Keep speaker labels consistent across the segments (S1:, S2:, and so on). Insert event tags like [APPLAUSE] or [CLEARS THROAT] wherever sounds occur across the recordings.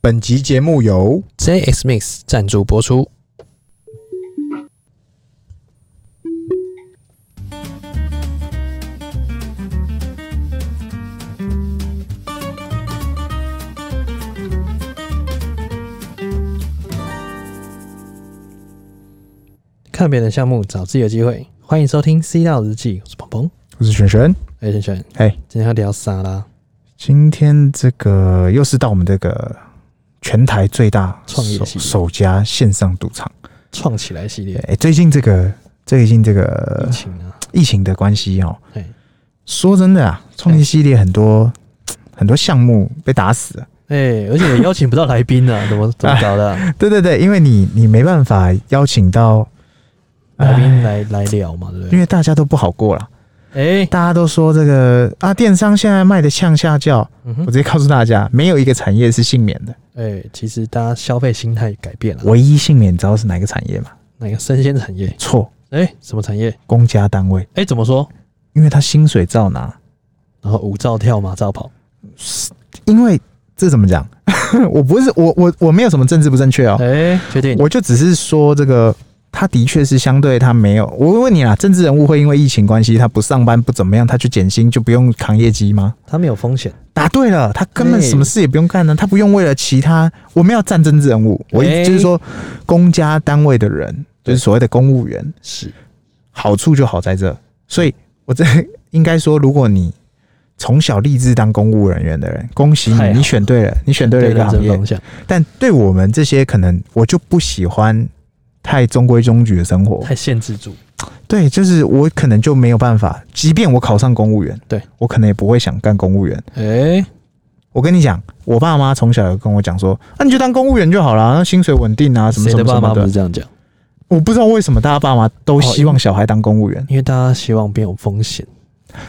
S1: 本集节目由
S2: JX Mix 赞助播出。看别人的项目，找自己的机会。欢迎收听《C 道日记》，我是鹏鹏。
S1: 我是璇璇。
S2: 哎、轩轩，
S1: 嘿
S2: 今天要聊啥啦？
S1: 今天这个又是到我们这个全台最大
S2: 创业
S1: 首
S2: 系列
S1: 首家线上赌场。
S2: 创起来系列，
S1: 哎、最近这个最近这
S2: 疫
S1: 个
S2: 情啊，
S1: 疫情的关系哦
S2: 嘿，
S1: 说真的啊，创业系列很多
S2: 嗯
S1: 很多项目被打死了。
S2: 哎、而且也邀请不到来宾啊，怎么怎么搞的啊、
S1: 对对对，因为你你没办法邀请到
S2: 来宾
S1: 哎
S2: 来来聊嘛，对不
S1: 因
S2: 对？
S1: 为大家都不好过了。
S2: 哎、
S1: 大家都说这个啊，电商现在卖的向下叫，
S2: 嗯
S1: 我
S2: 哼，
S1: 直接告诉大家，没有一个产业是幸免的。
S2: 哎、其实大家消费心态改变了。
S1: 唯一幸免，你知道是哪个产业吗？
S2: 哪个生鲜产业？
S1: 错，
S2: 哎、什么产业？
S1: 公家单位，
S2: 哎、怎么说？
S1: 因为他薪水照拿。
S2: 然后舞照跳，马照跑。
S1: 因为这怎么讲？ [LAUGHS] 我不是我我我没有什么政治不正确哦，
S2: 哎、确定？
S1: 我就只是说这个，他的确是相对他没有。我问你啊，政治人物会因为疫情关系他不上班不怎么样，他去减薪就不用扛业绩吗？
S2: 他没有风险。
S1: 答对了，他根本
S2: 哎
S1: 什么事也不用干呢，他不用为了其他，我们要战争之人物，我一
S2: 哎
S1: 就是说公家单位的人，就是所谓的公务员，
S2: 是，
S1: 好处就好在这，所以我这 [LAUGHS] 应该说，如果你从小立志当公务人员的人，恭喜你
S2: 太，好
S1: 你选对了，你选对了一个行
S2: 这
S1: 业
S2: 方。向。
S1: 但对我们这些可能我就不喜欢太中规中矩的生活，
S2: 太限制住。
S1: 对，就是我可能就没有办法，即便我考上公务员，
S2: 对
S1: 我可能也不会想干公务员。
S2: 哎、
S1: 我跟你讲，我爸妈从小有跟我讲说，啊，你就当公务员就好了，那薪水稳定啊，什么
S2: 谁
S1: 什
S2: 的
S1: 么
S2: 爸
S1: 什
S2: 妈
S1: 么
S2: 不是哦
S1: 的。
S2: 这样讲？
S1: 我不知道为什么大家爸妈都希望小孩当公务员。
S2: 因为大家希望没有风险，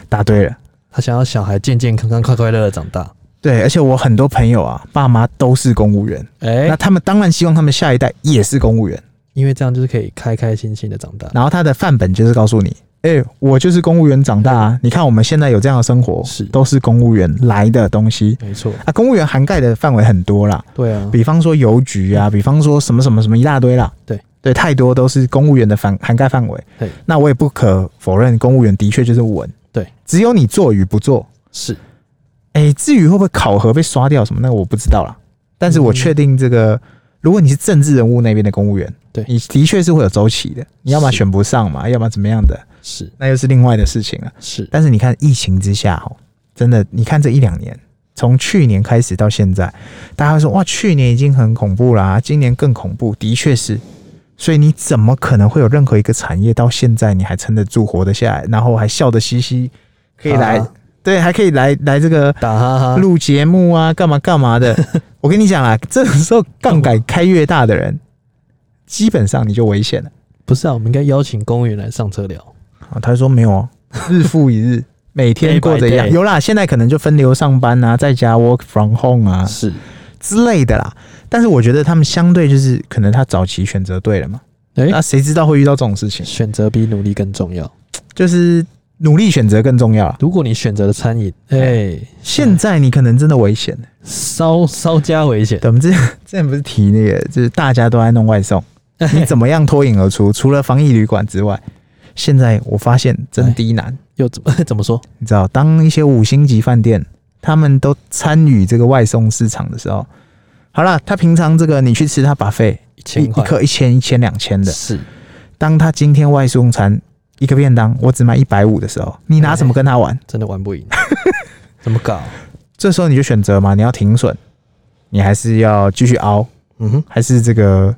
S1: 答对了，
S2: 他想要小孩健健康康、快快乐乐长大。
S1: 对，而且我很多朋友啊，爸妈都是公务员，
S2: 哎、
S1: 那他们当然希望他们下一代也是公务员。
S2: 因为这样就是可以开开心心的长大。
S1: 然后他的范本就是告诉你，哎、我就是公务员长大、啊，你看我们现在有这样的生活，
S2: 是
S1: 都是公务员来的东西。
S2: 没错，
S1: 啊，公务员涵盖的范围很多啦，
S2: 对啊，
S1: 比方说邮局啊，比方说什么什么什么一大堆啦。
S2: 对
S1: 对，太多都是公务员的范涵盖范围
S2: 对。
S1: 那我也不可否认，公务员的确就是稳。
S2: 对，
S1: 只有你做与不做。
S2: 是
S1: 哎、至于会不会考核被刷掉什么，那个我不知道啦。但是我
S2: 嗯
S1: 确定这个，如果你是政治人物那边的公务员，
S2: 对
S1: 你的确是会有周期的，你要么
S2: 是
S1: 选不上嘛，要么怎么样的，
S2: 是
S1: 那又是另外的事情了。啊
S2: 是，
S1: 但是你看疫情之下哦，真的，你看这一两年，从去年开始到现在，大家会说哇，去年已经很恐怖啦，今年更恐怖，的确是。所以你怎么可能会有任何一个产业到现在你还撑得住、活得下来，然后还笑得嘻嘻，可以来、
S2: 啊
S1: 对，还可以来来这个
S2: 打哈哈，
S1: 录节目啊，干嘛干 [LAUGHS] 嘛的。我跟你讲啊，这种时候杠杆开越大的人，基本上你就危险了。
S2: 不是啊，我们应该邀请公务员来上车聊。
S1: 啊，他就说没有啊，日复一日， [LAUGHS] 每天
S2: Day by
S1: 过着一样。
S2: day
S1: 有啦，现在可能就分流上班啊，在家 work from home 啊
S2: 是，
S1: 之类的啦。但是我觉得他们相对就是，可能他早期选择对了嘛。
S2: 哎、
S1: 那谁知道会遇到这种事情？
S2: 选择比努力更重要。
S1: 就是努力选择更重要啦。
S2: 如果你选择了餐饮，哎、
S1: 现在你可能真的危险了。
S2: 稍稍加危险，
S1: 对，我们之前之前不是提那个，就是大家都在弄外送，
S2: [LAUGHS]
S1: [LAUGHS] 你怎么样脱颖而出？除了防疫旅馆之外，现在我发现真低难。
S2: 又怎么 [LAUGHS] 怎么说？
S1: 你知道，当一些五星级饭店他们都参与这个外送市场的时候，好了，他平常这个你去吃他把费
S2: 一
S1: 一
S2: 千
S1: 一
S2: 块
S1: 颗一千一千两千的，
S2: 是
S1: 当他今天外送餐一个便当我只卖一百五的时候，你拿什么跟他玩？
S2: 真的玩
S1: [LAUGHS]
S2: 不赢，怎么搞？
S1: 这时候你就选择嘛，你要停损，你还是要继续熬，
S2: 嗯哼，
S1: 还是这个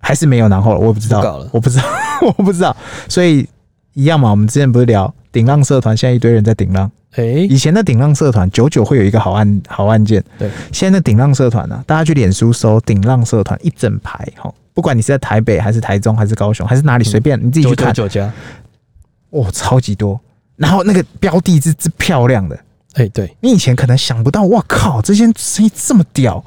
S1: 还是没有然后了，我也不知道，
S2: 不搞了
S1: 我不知道， [LAUGHS] 我不知道，所以一样嘛，我们之前不是聊顶浪社团，现在一堆人在顶浪。
S2: 哎、
S1: 以前的顶浪社团久久会有一个好案好案件，
S2: 对，
S1: 现在的顶浪社团呢、啊大家去脸书搜顶浪社团一整排哈，不管你是在台北还是台中还是高雄还是哪里，随便你自己去
S2: 九
S1: 看
S2: 嗯九，九加，
S1: 哦，超级多。然后那个标的是是漂亮的，
S2: 哎、对，
S1: 你以前可能想不到，哇靠，这间生意这么屌，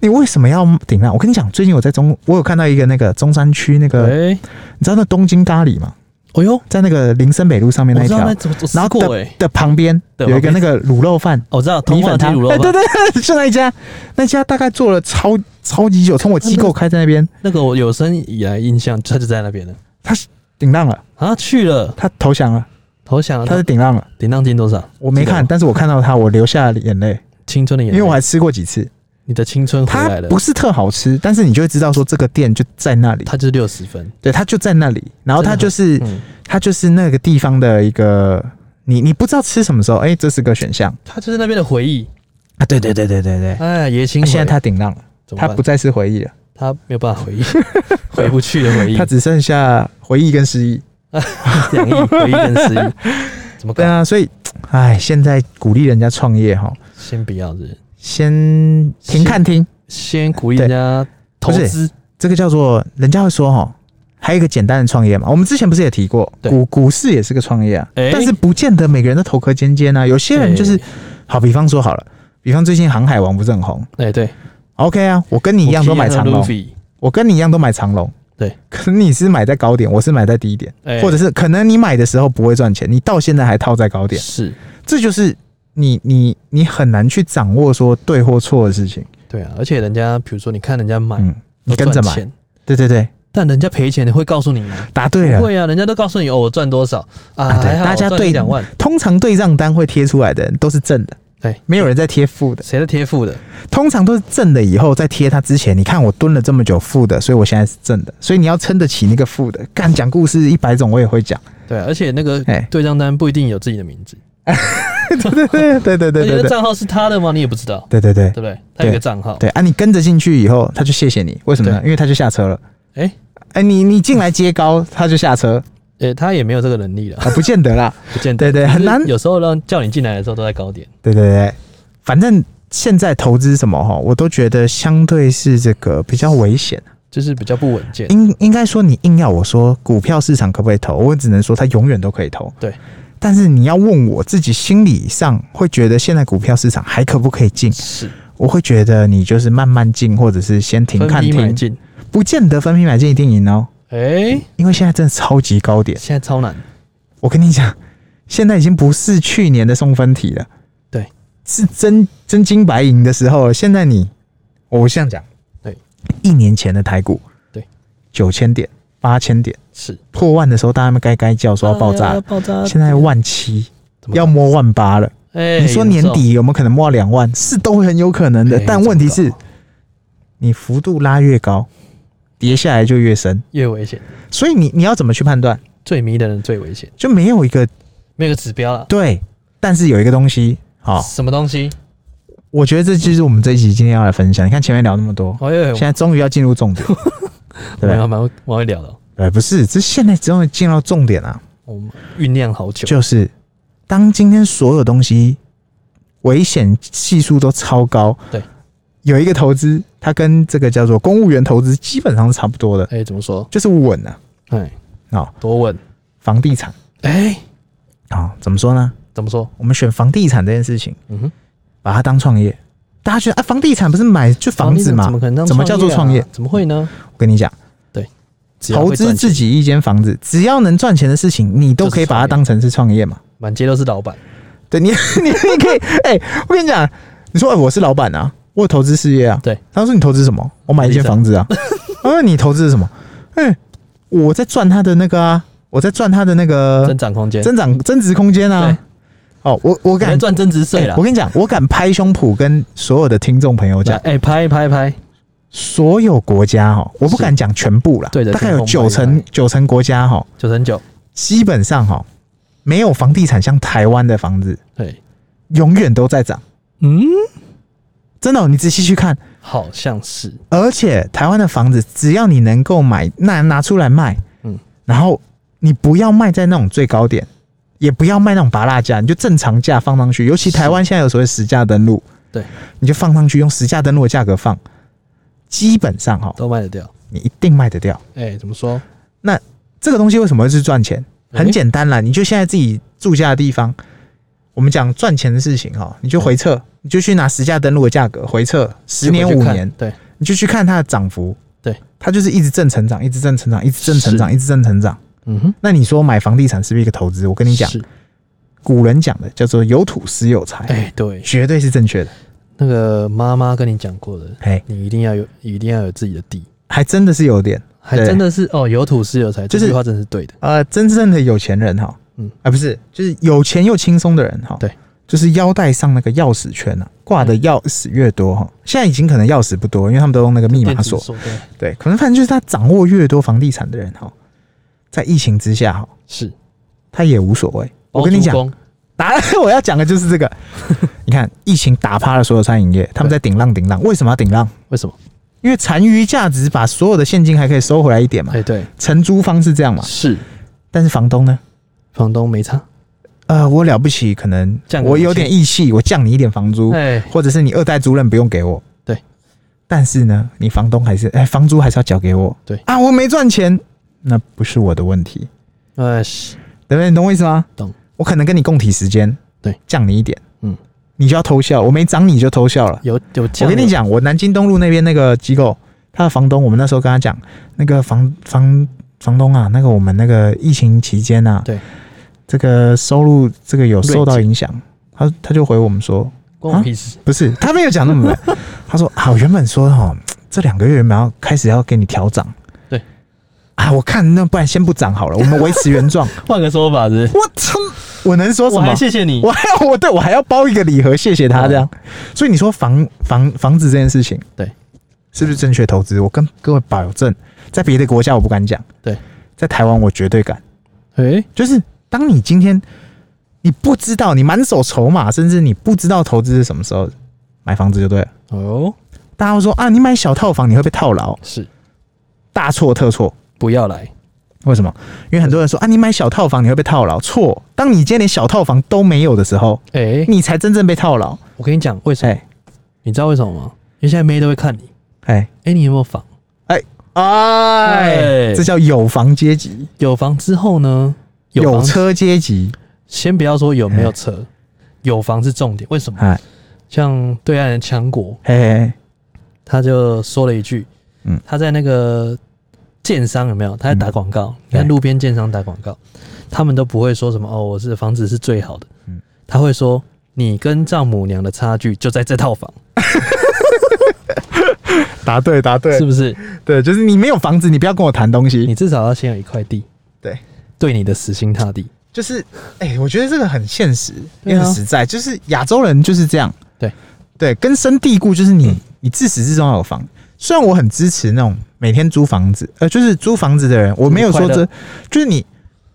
S1: 你为什么要顶啊浪？我跟你讲，最近我在中，我有看到一个那个中山区那
S2: 哎、
S1: 个，你知道那东京咖喱吗？
S2: 哦呦，
S1: 在那个林森北路上面那
S2: 我
S1: 一
S2: 知道
S1: 条
S2: 那，我我吃
S1: 然后
S2: 过
S1: 的
S2: 哎，
S1: 的旁边
S2: 的
S1: 有一
S2: 旁
S1: 个
S2: 边
S1: 那个卤肉饭。
S2: 我知道
S1: 米
S2: 铜
S1: 粉
S2: 碗鸡
S1: 汤，
S2: 卤肉
S1: 哎
S2: 饭，
S1: 对对对，就那一家，那家大概做了超超级久，从我机构开在那边，
S2: 那个我有生以来印象，他就在那边了
S1: 顶浪了，
S2: 啊，去了，
S1: 他投降了，
S2: 投降了，
S1: 他
S2: 他
S1: 是顶浪了，
S2: 典当金多少？
S1: 我没
S2: 啊记得
S1: 看，
S2: 吗
S1: 但是我看到他，我流下了眼泪，
S2: 青春的眼
S1: 因
S2: 泪，
S1: 为我还吃过几次，
S2: 你的青春回
S1: 它
S2: 来了
S1: 不，是特好吃，但是你就会知道说这个店就在那里，
S2: 他就是六十分，
S1: 对，它就在那里，然后它就是
S2: 嗯，
S1: 它就是那个地方的一个，你你不知道吃什么时候，哎，这是个选项
S2: 他就是那边的回忆，
S1: 啊，对对对对对对，
S2: 哎，爷青
S1: 那
S2: 回，
S1: 现在他顶浪了，
S2: 怎么
S1: 他
S2: 办
S1: 不再是回忆了，
S2: 他没有办法回 [LAUGHS] 忆，回不去的回忆，
S1: 他只剩下回忆跟失忆。
S2: 两亿回忆跟失 [LAUGHS] 忆，怎么
S1: 对
S2: 搞？
S1: 啊，所以，哎，现在鼓励人家创业哈，
S2: 先不要是，
S1: 先停看听，
S2: 先鼓励人家投
S1: 不
S2: 资，哎
S1: 这个叫做人家会说哈，还有一个简单的创业嘛，我们之前不是也提过，
S2: 对
S1: 股股市也是个创业啊，
S2: 哎
S1: 但是不见得每个人都头壳尖尖啊，有些人就是，好，比方说好了，比方最近航海王不是很红
S2: 哎，对，
S1: ，OK 啊，我跟你一样都买长
S2: 路
S1: 龙，
S2: 费，
S1: 我跟你一样都买长龙。
S2: 对，
S1: 可是你是买在高点，我是买在低点，
S2: 哎
S1: 或者是可能你买的时候不会赚钱，你到现在还套在高点，
S2: 是，
S1: 这就是你你你很难去掌握说对或错的事情。
S2: 对啊，而且人家比如说你看人家买，
S1: 嗯，你
S2: 都
S1: 跟着
S2: 赚
S1: 买，
S2: 钱，
S1: 对对对，
S2: 但人家赔钱，你会告诉你吗？
S1: 答对了。
S2: 会啊，人家都告诉你哦，我赚多少啊，
S1: 啊对
S2: 还好
S1: 大家
S2: 我赚
S1: 对
S2: 一两万，
S1: 通常对账单会贴出来的人都是正的，
S2: 对，
S1: 没有人在贴负的。
S2: 谁在贴负的？
S1: 通常都是正的，以后再贴它之前，你看我蹲了这么久负的，所以我现在是正的，所以你要撑得起那个负的。干讲故事一百种我也会讲，
S2: 对啊，而且那个
S1: 哎
S2: 对账单不一定有自己的名字，
S1: 对对对对对
S2: 而且
S1: 对
S2: 那
S1: 对
S2: 账号是他的吗？你也不哦知道，
S1: 对对对
S2: 对不对？他有
S1: 对
S2: 个账号，
S1: 对啊！你跟着进去以后，他就谢谢你，为什么呢？因为他就下车了。
S2: 哎
S1: 哎，你你进来接高，他就下
S2: [LAUGHS]
S1: 车
S2: 哎，他也没有这个能力
S1: [LAUGHS]
S2: 了，
S1: 啊，不见得啦。
S2: 不见得
S1: 对对，很难
S2: 有时候让叫你进来的时候都在高点，
S1: 对对对，反正现在投资什么哈，我都觉得相对是这个比较危险。
S2: 就是比较不稳健。
S1: 应应该说，你硬要我说股票市场可不可以投，我只能说它永远都可以投。
S2: 对，
S1: 但是你要问我自己心理上会觉得现在股票市场还可不可以进，
S2: 是
S1: 我会觉得你就是慢慢进，或者是先停
S2: 分
S1: 看
S2: 批买
S1: 停，
S2: 进，
S1: 不见得分批买进一定赢哦，
S2: 哎，
S1: 因为现在真的超级高点。
S2: 现在超难，
S1: 我跟你讲，现在已经不是去年的送分题了，
S2: 对，
S1: 是真真金白银的时候了。现在你，我这样讲，
S2: 对，
S1: 一年前的台股，
S2: 对，
S1: 九千点、八千点
S2: 是
S1: 破万的时候，大家们该该叫说要爆炸
S2: 哎
S1: 了
S2: 呀，爆炸！
S1: 现在万七
S2: 怎么办
S1: 要摸万八了。
S2: 哎，
S1: 你说年
S2: 有时候
S1: 底有没有可能摸到两万？是都会很有可能的
S2: 哎，
S1: 但问题
S2: 糟
S1: 是
S2: 糕，
S1: 你幅度拉越高，跌下来就越深。
S2: 越危险，
S1: 所以你你要怎么去判断？
S2: 最迷的人最危险，
S1: 就没有一个
S2: 没有个指标了。
S1: 对，但是有一个东西，好、
S2: 什么东西？
S1: 我觉得这就是我们这一集今天要来分享。你看前面聊那么多，
S2: 哎呦
S1: 现，在终于要进入重点，
S2: 我
S1: 对
S2: 们
S1: 吧
S2: 还蛮会蛮会聊的哦，
S1: 对，不是，这现在终于进入重点啊，
S2: 我们酝酿好久。
S1: 就是当今天所有东西危险系数都超高，
S2: 对，
S1: 有一个投资，它跟这个叫做公务员投资基本上是差不多的，
S2: 哎，怎么说？
S1: 就是稳啊，
S2: 哎，
S1: 哦，
S2: 多稳。
S1: 房地产
S2: 哎，
S1: 啊、哦，怎么说呢？
S2: 怎么说？
S1: 我们选房地产这件事情，
S2: 嗯哼，
S1: 把它当创业。大家觉得啊，房地产不是买就房子嘛？
S2: 怎么可能当
S1: 怎么叫做
S2: 啊
S1: 创业？
S2: 怎么会呢？
S1: 我跟你讲，
S2: 只要
S1: 投
S2: 会
S1: 资
S2: 赚
S1: 自
S2: 钱，
S1: 己一间房子，只要能赚钱的事情，你都可以把它当成是创业嘛。
S2: 满街都是老板。
S1: 对你， [LAUGHS] 你你可以，哎、我跟你讲，你说、哎，我是老板啊，我有投资事业啊。
S2: 对，
S1: 他说你投资什么？我买一间房子 [LAUGHS] 啊。他说你投资什么？哎、我在赚他的那个啊，我在赚他的那个
S2: 增长空间，
S1: 增长增值空间呃啊
S2: 对。
S1: 哦，我我
S2: 可
S1: 敢
S2: 能赚增值税
S1: 哎
S2: 了
S1: 我。跟你讲，我敢拍胸脯跟所有的听众朋友
S2: 来
S1: 讲，
S2: 哎，拍拍拍，
S1: 所有国家哈，我不
S2: 是
S1: 敢讲全部啦，
S2: 对的
S1: 大概有
S2: 全部
S1: 九成
S2: 拍
S1: 九成国家哈，
S2: 九成九，
S1: 基本上哈，没有房地产像台湾的房子
S2: 对，
S1: 永远都在涨，
S2: 嗯，
S1: 真的哦、你仔细去看，
S2: 好像是，
S1: 而且台湾的房子，只要你能够买，那拿出来卖，
S2: 嗯，
S1: 然后你不要卖在那种最高点，也不要卖那种拔蜡价，你就正常价放上去。尤其
S2: 是
S1: 台湾现在有所谓实价登录，
S2: 对，
S1: 你就放上去，用实价登录的价格放，基本上哈，
S2: 都卖得掉。
S1: 你一定卖得掉。
S2: 哎，怎么说？
S1: 那这个东西为什么会是赚钱？
S2: 诶
S1: 很简单啦，你就现在自己住家的地方，我们讲赚钱的事情哈，你就回
S2: 嗯
S1: 测，你就去拿实价登录的价格回测十年
S2: 就回
S1: 五
S2: 去看
S1: 年，
S2: 对，
S1: 你就去看它的涨幅，
S2: 对，
S1: 它就是一直正成长，一直正成长，一直正成长，一直正成长。
S2: 嗯哼，
S1: 那你说买房地产是不是一个投资？我跟你讲
S2: 是，，
S1: 古人讲的叫做有土斯有财，
S2: 哎，对，
S1: 绝对是正确的。
S2: 那个妈妈跟你讲过的，
S1: 哎，
S2: 你一定要有，一定要有自己的地，
S1: 还真的是有点，
S2: 还
S1: 对
S2: 真的是哦，有土是有财，
S1: 就
S2: 这
S1: 是
S2: 句话真的是对的。
S1: 呃，真正的有钱人哈，
S2: 嗯
S1: 嗯，啊、不是，就是有钱又轻松的人哈，
S2: 对，嗯
S1: 就是腰带上那个钥匙圈啊，挂的钥匙越多哈，现在已经可能钥匙不多，因为他们都用那个密
S2: 电
S1: 码
S2: 子
S1: 锁，
S2: 锁对，
S1: 对，可能反正就是他掌握越多房地产的人哈，在疫情之下哈，
S2: 是。
S1: 他也无所谓。我跟你讲
S2: 包，租公，
S1: 答案 [LAUGHS] 我要讲的就是
S2: [LAUGHS]
S1: 这个。你看，疫情打趴了所有餐饮业，他们在顶浪顶浪，为什么要顶浪？
S2: 为什么？
S1: 因为残余价值把所有的现金还可以收回来一点嘛，
S2: 哎，对，
S1: 承租方是这样嘛，
S2: 是
S1: 但是房东呢？
S2: 房东没差。
S1: 呃，我了不起，可能
S2: 降个
S1: 我
S2: 五
S1: 有
S2: 千
S1: 点义气，我降你一点房租，
S2: 哎，
S1: 或者是你二代租赁不用给我。
S2: 对，
S1: 但是呢，你房东还是哎、房租还是要缴给我。
S2: 对
S1: 啊，我没赚钱，那不是我的问题，
S2: 呃，是
S1: 对不对？你懂我意思吗？
S2: 懂。
S1: 我可能跟你共体时间，
S2: 对，
S1: 降你一点，
S2: 嗯，
S1: 你就要偷笑，我没涨你就偷笑了。
S2: 有有这
S1: 我
S2: 样的。
S1: 跟你讲，我南京东路那边那个机构，他的房东，我们那时候跟他讲，那个房房房东啊，那个我们那个疫情期间啊，
S2: 对，
S1: 这个收入这个有受到影响，他他就回我们说，
S2: 关我屁事。
S1: 不是，他没有讲那么
S2: [LAUGHS]
S1: 白，他说啊，我原本说哈，这两个月原本要开始要给你调涨，
S2: 对，
S1: 啊，我看那不然先不涨好了，我们维持原
S2: [LAUGHS]
S1: 状。
S2: 换个说法是，
S1: 我操，我能说什
S2: 我
S1: 么
S2: 还？谢谢你
S1: 我。还要我对我还要包一个礼盒，谢谢他这样。所以你说房房房子这件事情，
S2: 对，
S1: 是不是正确投资？我跟各位保证，在别的国家我不敢讲，
S2: 对，
S1: 在台湾我绝对敢。
S2: 哎，
S1: 就是当你今天你不知道，你满手筹码，甚至你不知道投资是什么时候买房子就对了。
S2: 哦，
S1: 大家会说啊，你买小套房你会被套牢，
S2: 是
S1: 大啊错特错。
S2: 不要来。
S1: 为什么？因为很多人说啊，你买小套房你会被套牢，错。当你今天连小套房都没有的时候，
S2: 哎，
S1: 啊你才真正被套牢。
S2: 我跟你讲为什么？
S1: 哎
S2: 你知道为什么吗？因为现在妹都会看你。
S1: 哎
S2: 哎，你有没有房？
S1: 哎，
S2: 哎
S1: 这叫有房阶级，
S2: 有房之后呢？
S1: 有
S2: 房
S1: 车哎阶级。
S2: 先不要说有没有车，有房是重点。为什么？
S1: 哎
S2: 像对岸的强国，
S1: 嘿嘿，嘿
S2: 他就说了一句，
S1: 嗯
S2: 他在那个建商有没有？他在打广告，你看
S1: 对
S2: 路边建商打广告，他们都不会说什么哦，我是房子是最好的，
S1: 嗯
S2: 他会说你跟丈母娘的差距就在这套房，
S1: 答对答对
S2: 是，不是？
S1: 对，就是你没有房子，你不要跟我谈东西
S2: 你。至少要先有一块地，
S1: 对，
S2: 对你的死心塌地。
S1: 就是，哎、我觉得这个很现实，
S2: 对
S1: 也
S2: 啊
S1: 很实在。就是亚洲人就是这样，
S2: 对嗯
S1: 对，根深蒂固，就是你，你自始至终要有房。虽然我很支持那种每天租房子，呃，就是租房子的人，我没有说
S2: 快乐
S1: 这，就是你，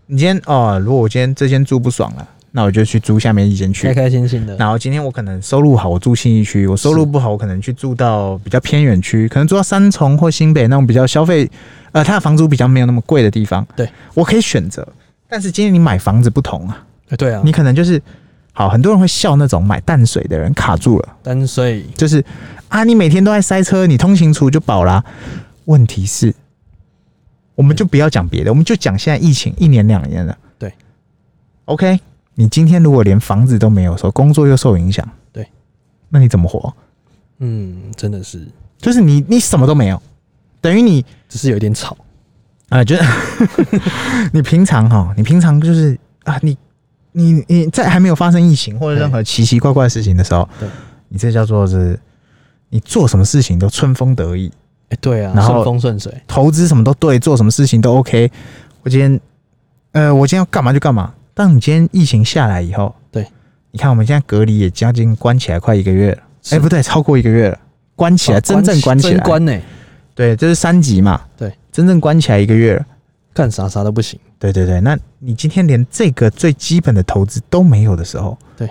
S1: 你今天哦，如果我今天这间住不爽了，那我就去租下面一间去
S2: 开。开心心的，
S1: 然后今天我可能收入好，我住信义区；我收入不好，我可能去住到比较偏远区，可能住到三重或新北那种比较消费，呃，它的房租比较没有那么贵的地方。
S2: 对，
S1: 我可以选择。但是今天你买房子不同啊，
S2: 哎对啊
S1: 你，可能就是好，很多人会笑那种买淡水的人卡住了，
S2: 但所以
S1: 就是啊，你每天都在塞车，你通勤族就饱啦、问题是，我们就不要讲别的，我们就讲现在疫情一年两年了。
S2: 对
S1: ，OK，你今天如果连房子都没有的时候，工作又受影响，
S2: 对，
S1: 那你怎么活？
S2: 嗯，真的是
S1: 就是你你什么都没有，等于你
S2: 只是有点吵，
S1: 啊、就是 [LAUGHS] 你平常哈，你平常就是啊，你你你在还没有发生疫情或者任何奇奇怪怪的事情的时候
S2: 对，
S1: 你这叫做是，你做什么事情都春风得意，
S2: 哎对啊，
S1: 然后
S2: 顺风顺水，
S1: 投资什么都对，做什么事情都 OK。我今天，呃，我今天要干嘛就干嘛。当你今天疫情下来以后，
S2: 对，
S1: 你看我们现在隔离也将近关起来快一个月了，哎、
S2: 是
S1: 不对，超过一个月了，关起来，
S2: 哦
S1: 真正关起
S2: 真
S1: 来，
S2: 关呢、
S1: 对，这是三级嘛，
S2: 对，
S1: 真正关起来一个月了。
S2: 干啥啥都不行。
S1: 对对对，那你今天连这个最基本的投资都没有的时候，
S2: 对，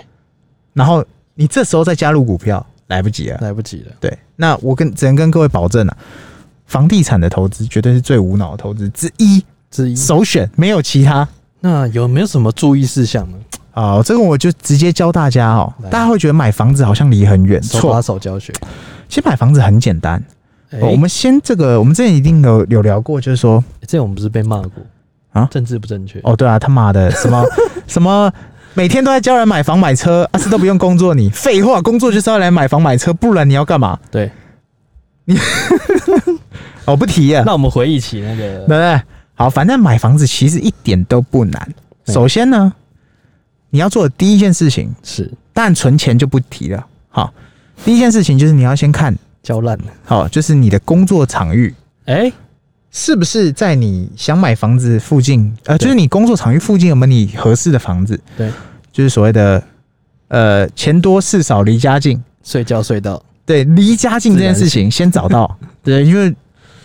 S1: 然后你这时候再加入股票，来不及了。
S2: 来不及了。
S1: 对，那我跟只能跟各位保证啊，房地产的投资绝对是最无脑的投资之一，
S2: 之一，
S1: 首选，没有其他。
S2: 那有没有什么注意事项呢？
S1: 啊、这个我就直接教大家哦
S2: 来，
S1: 大家会觉得买房子好像离很远，
S2: 手把
S1: 错。
S2: 手教学。
S1: 其实买房子很简单，
S2: 哎
S1: 哦我们先这个，我们之前一定有有聊过，就是说，
S2: 这我们不是被骂过
S1: 啊
S2: 政治不正确。
S1: 哦，对啊，他妈的什 [LAUGHS] 么什么，每天都在教人买房买车，啊，这都不用工作你，废话，工作就是要来买房买车，不然你要干嘛？
S2: 对，
S1: 哦，不提耶，对
S2: 那我们回忆起那
S1: 不
S2: 个
S1: 对？好，反正买房子其实一点都不难。
S2: 嗯
S1: 首先呢，你要做的第一件事情，
S2: 是
S1: 当然存钱就不提了。好，第一件事情就是你要先看，
S2: 焦烂了。
S1: 好，就是你的工作场域
S2: 哎、
S1: 是不是在你想买房子附近，呃，
S2: 对
S1: 就是你工作场域附近有没有你合适的房子？
S2: 对，
S1: 就是所谓的呃钱多事少离家近。
S2: 睡觉睡到
S1: 对，离家近这件事情先找到， [LAUGHS] 对，因为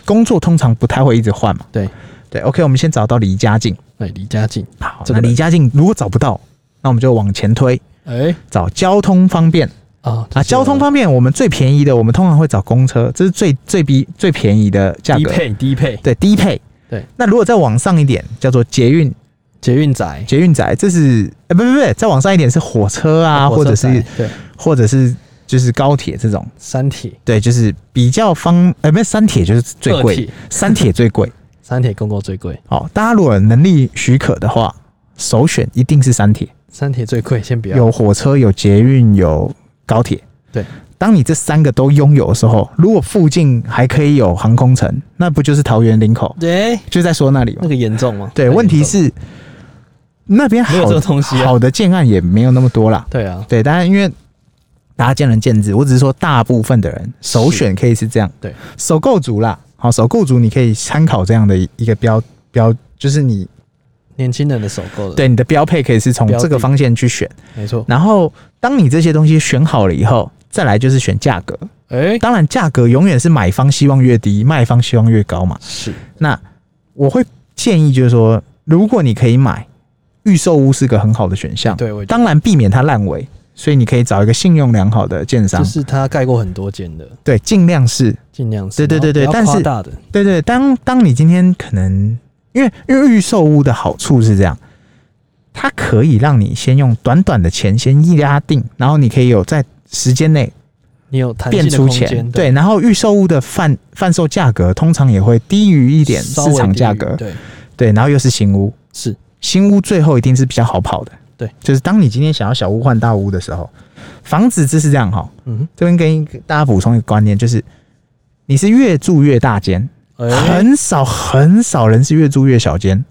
S1: 工作通常不太会一直换嘛。
S2: 对，
S1: 对，OK，我们先找到离家近。
S2: 哎离家近。
S1: 好，
S2: 这
S1: 那
S2: 个
S1: 离家近如果找不到，那我们就往前推，
S2: 哎、
S1: 找交通方便
S2: 啊
S1: 啊。交通
S2: 方
S1: 方便，我们最便宜的，我们通常会找公车，这是最最低最便宜的价
S2: 低
S1: 格，
S2: 配低配
S1: 对，低配。
S2: 对，
S1: 那如果再往上一点，叫做捷运
S2: 捷运宅
S1: 捷运宅，这是呃不不不，再往上一点是火车啊，或者
S2: 哦火车
S1: 是
S2: 宅对
S1: 或者是就是高铁这种，
S2: 三铁
S1: 对，就是比较方呃不是三铁就是最
S2: 二
S1: 贵
S2: 铁，
S1: [LAUGHS] 三铁最贵。
S2: 三铁公购最贵，
S1: 哦，大家如果能力许可的话，首选一定是三铁，
S2: 三铁最贵，先不要。
S1: 有火车、有捷运、有高铁。
S2: 对，
S1: 当你这三个都拥有的时候，如果附近还可以有航空城，那不就是桃园林口？
S2: 哎、
S1: 就在说那里
S2: 那
S1: 嘛。
S2: 个严重吗？
S1: 对，
S2: 那个
S1: 问题
S2: 严重
S1: 是那边
S2: 没有
S1: 好
S2: 这个东西啊
S1: 好的建案也没有那么多啦。
S2: 对啊，
S1: 对，当然因为大家见仁见智，我只是说大部分的人首选可以是这样，
S2: 对，
S1: 首购族啦，好，首购族你可以参考这样的一个标标，就是你
S2: 年轻人的首购的，，
S1: 对你的标配可以是从
S2: 呃标的
S1: 这个方向去选，
S2: 没错。
S1: 然后当你这些东西选好了以后，再来就是选价格，
S2: 哎、
S1: 当然价格永远是买方希望越低，卖方希望越高嘛，
S2: 是
S1: 那我会建议就是说，如果你可以买预售屋是个很好的选项，
S2: 对我觉得
S1: 当然避免它烂尾，所以你可以找一个信用良好的建商
S2: 就，是他盖过很多间的，
S1: 对，尽量是，
S2: 尽量是
S1: 对对对对
S2: 然后不要
S1: 但是
S2: 夸大的
S1: 对对，当当你今天可能因为因为预售屋的好处是这样，它可以让你先用短短的钱先压定，然后你可以有在时间内
S2: 你有弹
S1: 变
S2: 性的
S1: 出
S2: 空
S1: 钱，
S2: 间，
S1: 对，然后预售屋的贩贩售价格通常也会低于一
S2: 一
S1: 点市场价格，
S2: 对，
S1: 对，然后又是新屋，
S2: 是
S1: 新屋最后一定是比较好跑的，
S2: 对，
S1: 就是当你今天想要小屋换大屋的时候，房子这是这样哈，
S2: 嗯
S1: 这边跟大家补充一个观念，就是你是越住越大间，
S2: 哼，哎
S1: 很少很少人是越住越小间，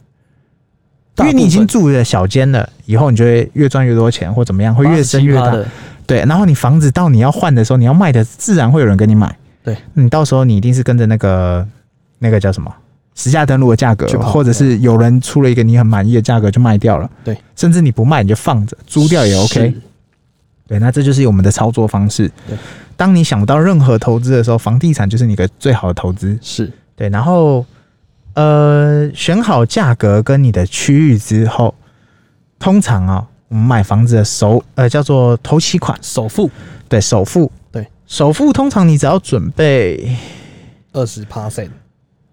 S1: 因为你已经住了小间了，以后你就会越赚越多钱或怎么样，会越升越
S2: 87%
S1: 大。
S2: 的
S1: 对，然后你房子到你要换的时候，你要卖的，自然会有人跟你买。
S2: 对，
S1: 你到时候你一定是跟着那个那个叫什么实价登录的价格
S2: 去，跑
S1: 或者是有人出了一个你很满意的价格就卖掉了。
S2: 对，
S1: 甚至你不卖你就放着租掉也 OK
S2: 是。
S1: 对，那这就是我们的操作方式
S2: 对。
S1: 当你想不到任何投资的时候，房地产就是你的最好的投资。
S2: 是
S1: 对，然后呃，选好价格跟你的区域之后，通常啊、我们买房子的首呃叫做头期款，
S2: 首付
S1: 对，首付，
S2: 对，
S1: 首付通常你只要准备
S2: 二十 percent，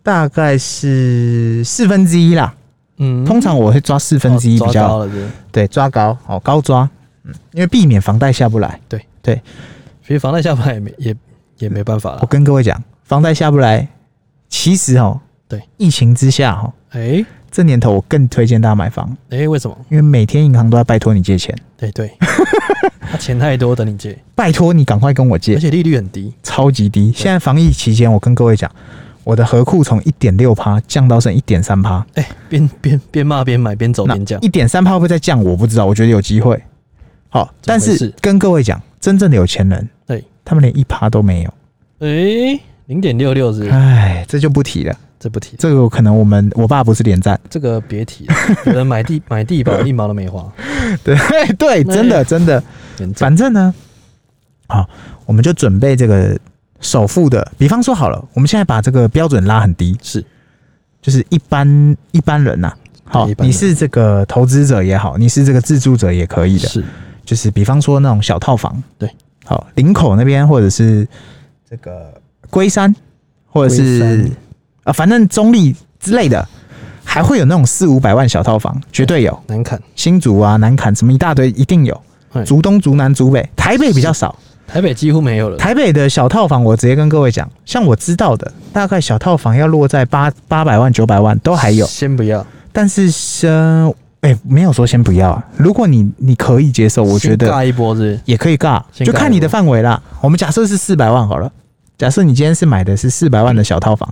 S1: 大概是四分之一啦，
S2: 嗯
S1: 通常我会抓四分之一
S2: 哦
S1: 比
S2: 抓
S1: 较、
S2: 高了是不是，
S1: 对，抓高哦，高抓，嗯，因为避免房贷下不来。
S2: 其实房贷下盘也没也也没办法
S1: 我
S2: 了，
S1: 跟各位讲，房贷下不来，其实哦，
S2: 对，
S1: 疫情之下哦，
S2: 哎
S1: 这年头我更推荐大家买房，
S2: 哎，为什么？
S1: 因为每天银行都在拜托你借钱，
S2: 对对， [LAUGHS] 他钱太多等你借，
S1: 拜托你赶快跟我借
S2: 而，且利率很低，
S1: 超级低。现在防疫期间，我跟各位讲，我的合库从一点六趴降到剩一点三趴，
S2: 哎，边边边骂边买边走
S1: 那
S2: 边降，
S1: 一点三趴会不会再降？我不知道，我觉得有机会。好，
S2: 怎
S1: 但
S2: 么回
S1: 是
S2: 事
S1: 跟各位讲，真正的有钱人，
S2: 对，
S1: 他们连一趴都没有。
S2: 哎，零点六六是
S1: 唉，这就不提了。
S2: 这不提，
S1: 这个可能我们我爸不是连战， [LAUGHS]
S2: 这个别提了， [LAUGHS] 有人买地买地保一毛都没花，
S1: 对对，
S2: 那
S1: 真的真的。
S2: 严重
S1: 反正呢，好，我们就准备这个首付的。比方说好了，我们现在把这个标准拉很低，
S2: 是
S1: 就是一般一般人呐、好
S2: 一，般人
S1: 你是这个投资者也好，你是这个自住者也可以的。
S2: 是
S1: 就是比方说那种小套房，
S2: 对，
S1: 好，林口那边或者是这个龟山，或者
S2: 龟
S1: 是
S2: 山
S1: 啊、反正中立之类的，还会有那种四五百万小套房，绝对有，
S2: 难看。
S1: 新竹啊、南坎什么一大堆，一定有
S2: 哎。
S1: 竹东、竹南、竹北，台北比较少。
S2: 台北几乎没有了，
S1: 台北的小套房，我直接跟各位讲，像我知道的，大概小套房要落在八八百万、九百万都还有。
S2: 先不要，
S1: 但是，呃，哎、没有说先不要啊。如果你你可以接受，我觉得
S2: 先尬一波是
S1: 也可以尬，
S2: 先尬
S1: 就看你的范围啦。我们假设是四百万好了，假设你今天是买的是四百万的小套房，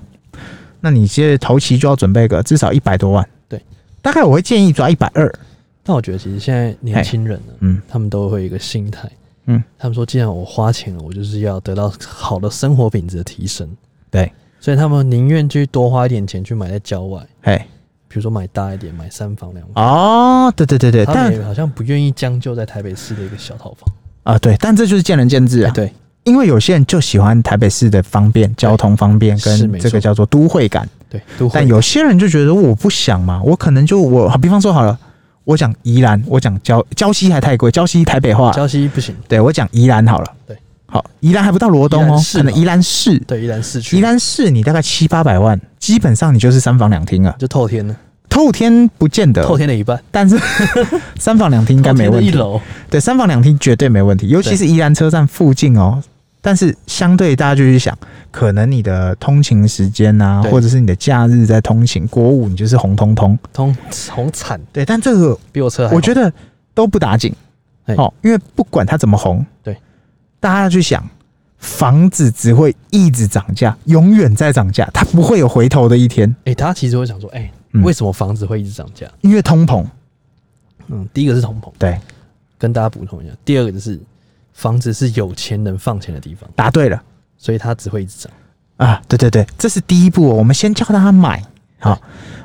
S1: 那你接着头期就要准备个至少一百多万。
S2: 对，
S1: 大概我会建议抓一百二。
S2: 但我觉得其实现在年轻人呢，
S1: 嗯，
S2: 他们都会有一个心态，
S1: 嗯，
S2: 他们说既然我花钱了，我就是要得到好的生活品质的提升，
S1: 对，
S2: 所以他们宁愿去多花一点钱去买在郊外，
S1: 哎，
S2: 比如说买大一点，买三房两房，
S1: 哦，对对对对，
S2: 他
S1: 但
S2: 们也好像不愿意将就在台北市的一个小套房，
S1: 啊、对，但这就是见仁见智啊。
S2: 哎对，
S1: 因为有些人就喜欢台北市的方便，交通方便
S2: 是
S1: 跟
S2: 没
S1: 这个
S2: 错
S1: 叫做都会感。
S2: 对，都会
S1: 但有些人就觉得我不想嘛，我可能就我，好比方说好了，我讲宜兰，我讲礁礁溪还太贵，礁溪台北话，
S2: 礁溪不行，
S1: 对我讲宜兰好了。
S2: 对，
S1: 好，宜兰还不到罗东
S2: 宜
S1: 哦
S2: 兰，市
S1: 可能
S2: 嘛
S1: 宜兰市，
S2: 对，宜兰市区，
S1: 宜兰市你大概七八百万，基本上你就是三房两厅啊，
S2: 就透天呢，
S1: 透天不见得，
S2: 透天的一半， [LAUGHS]
S1: 但是三房两厅应该没
S2: 透
S1: 问
S2: 天的一
S1: 题。
S2: 楼，
S1: 对，三房两厅绝对没问题，尤其是宜兰车站附近哦。但是相对大家就去想，可能你的通勤时间啊，
S2: 对
S1: 或者是你的假日在通勤，国五你就是红彤彤。
S2: 通红惨，
S1: 对，但这个
S2: 比我车还
S1: 我
S2: 好，
S1: 觉得都不打紧
S2: 哎
S1: 哦，因为不管它怎么红，
S2: 对，
S1: 大家要去想，房子只会一直涨价，永远在涨价，它不会有回头的一天，
S2: 哎、大家其实会想说，哎、
S1: 嗯
S2: 为什么房子会一直涨价？
S1: 因为通膨。
S2: 嗯，第一个是通膨，
S1: 对，
S2: 跟大家补充一下；第二个就是房子是有钱人放钱的地方，
S1: 答对了。
S2: 所以它只会一直涨。
S1: 啊，对对对，这是第一步、哦，我们先叫他买。好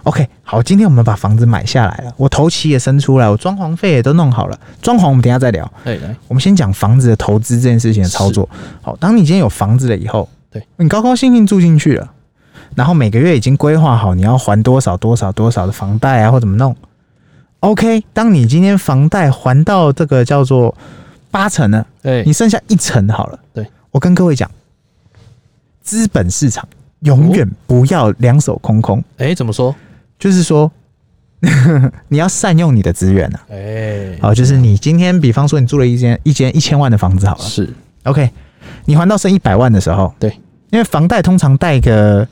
S1: ，OK，好，今天我们把房子买下来了，我头期也生出来，我装潢费也都弄好了，装潢我们等一下再聊。
S2: 哎，来，
S1: 我们先讲房子的投资这件事情的操作。好，当你今天有房子了以后，
S2: 对
S1: 你高高兴兴住进去了，然后每个月已经规划好你要还多少多少多少的房贷啊，或怎么弄。OK，当你今天房贷还到这个叫做八成了，
S2: 哎
S1: 你，剩下一层好了。
S2: 对，
S1: 我跟各位讲，资本市场永远不要两手空空，
S2: 哎，怎么说？
S1: 就是说 [LAUGHS] 你要善用你的资源啊。
S2: 哎，
S1: 好，就是你今天，比方说你住了一间一间一千万的房子好了
S2: 是，
S1: ，OK，你还到剩一百万的时候，
S2: 对，
S1: 因为房贷通常贷个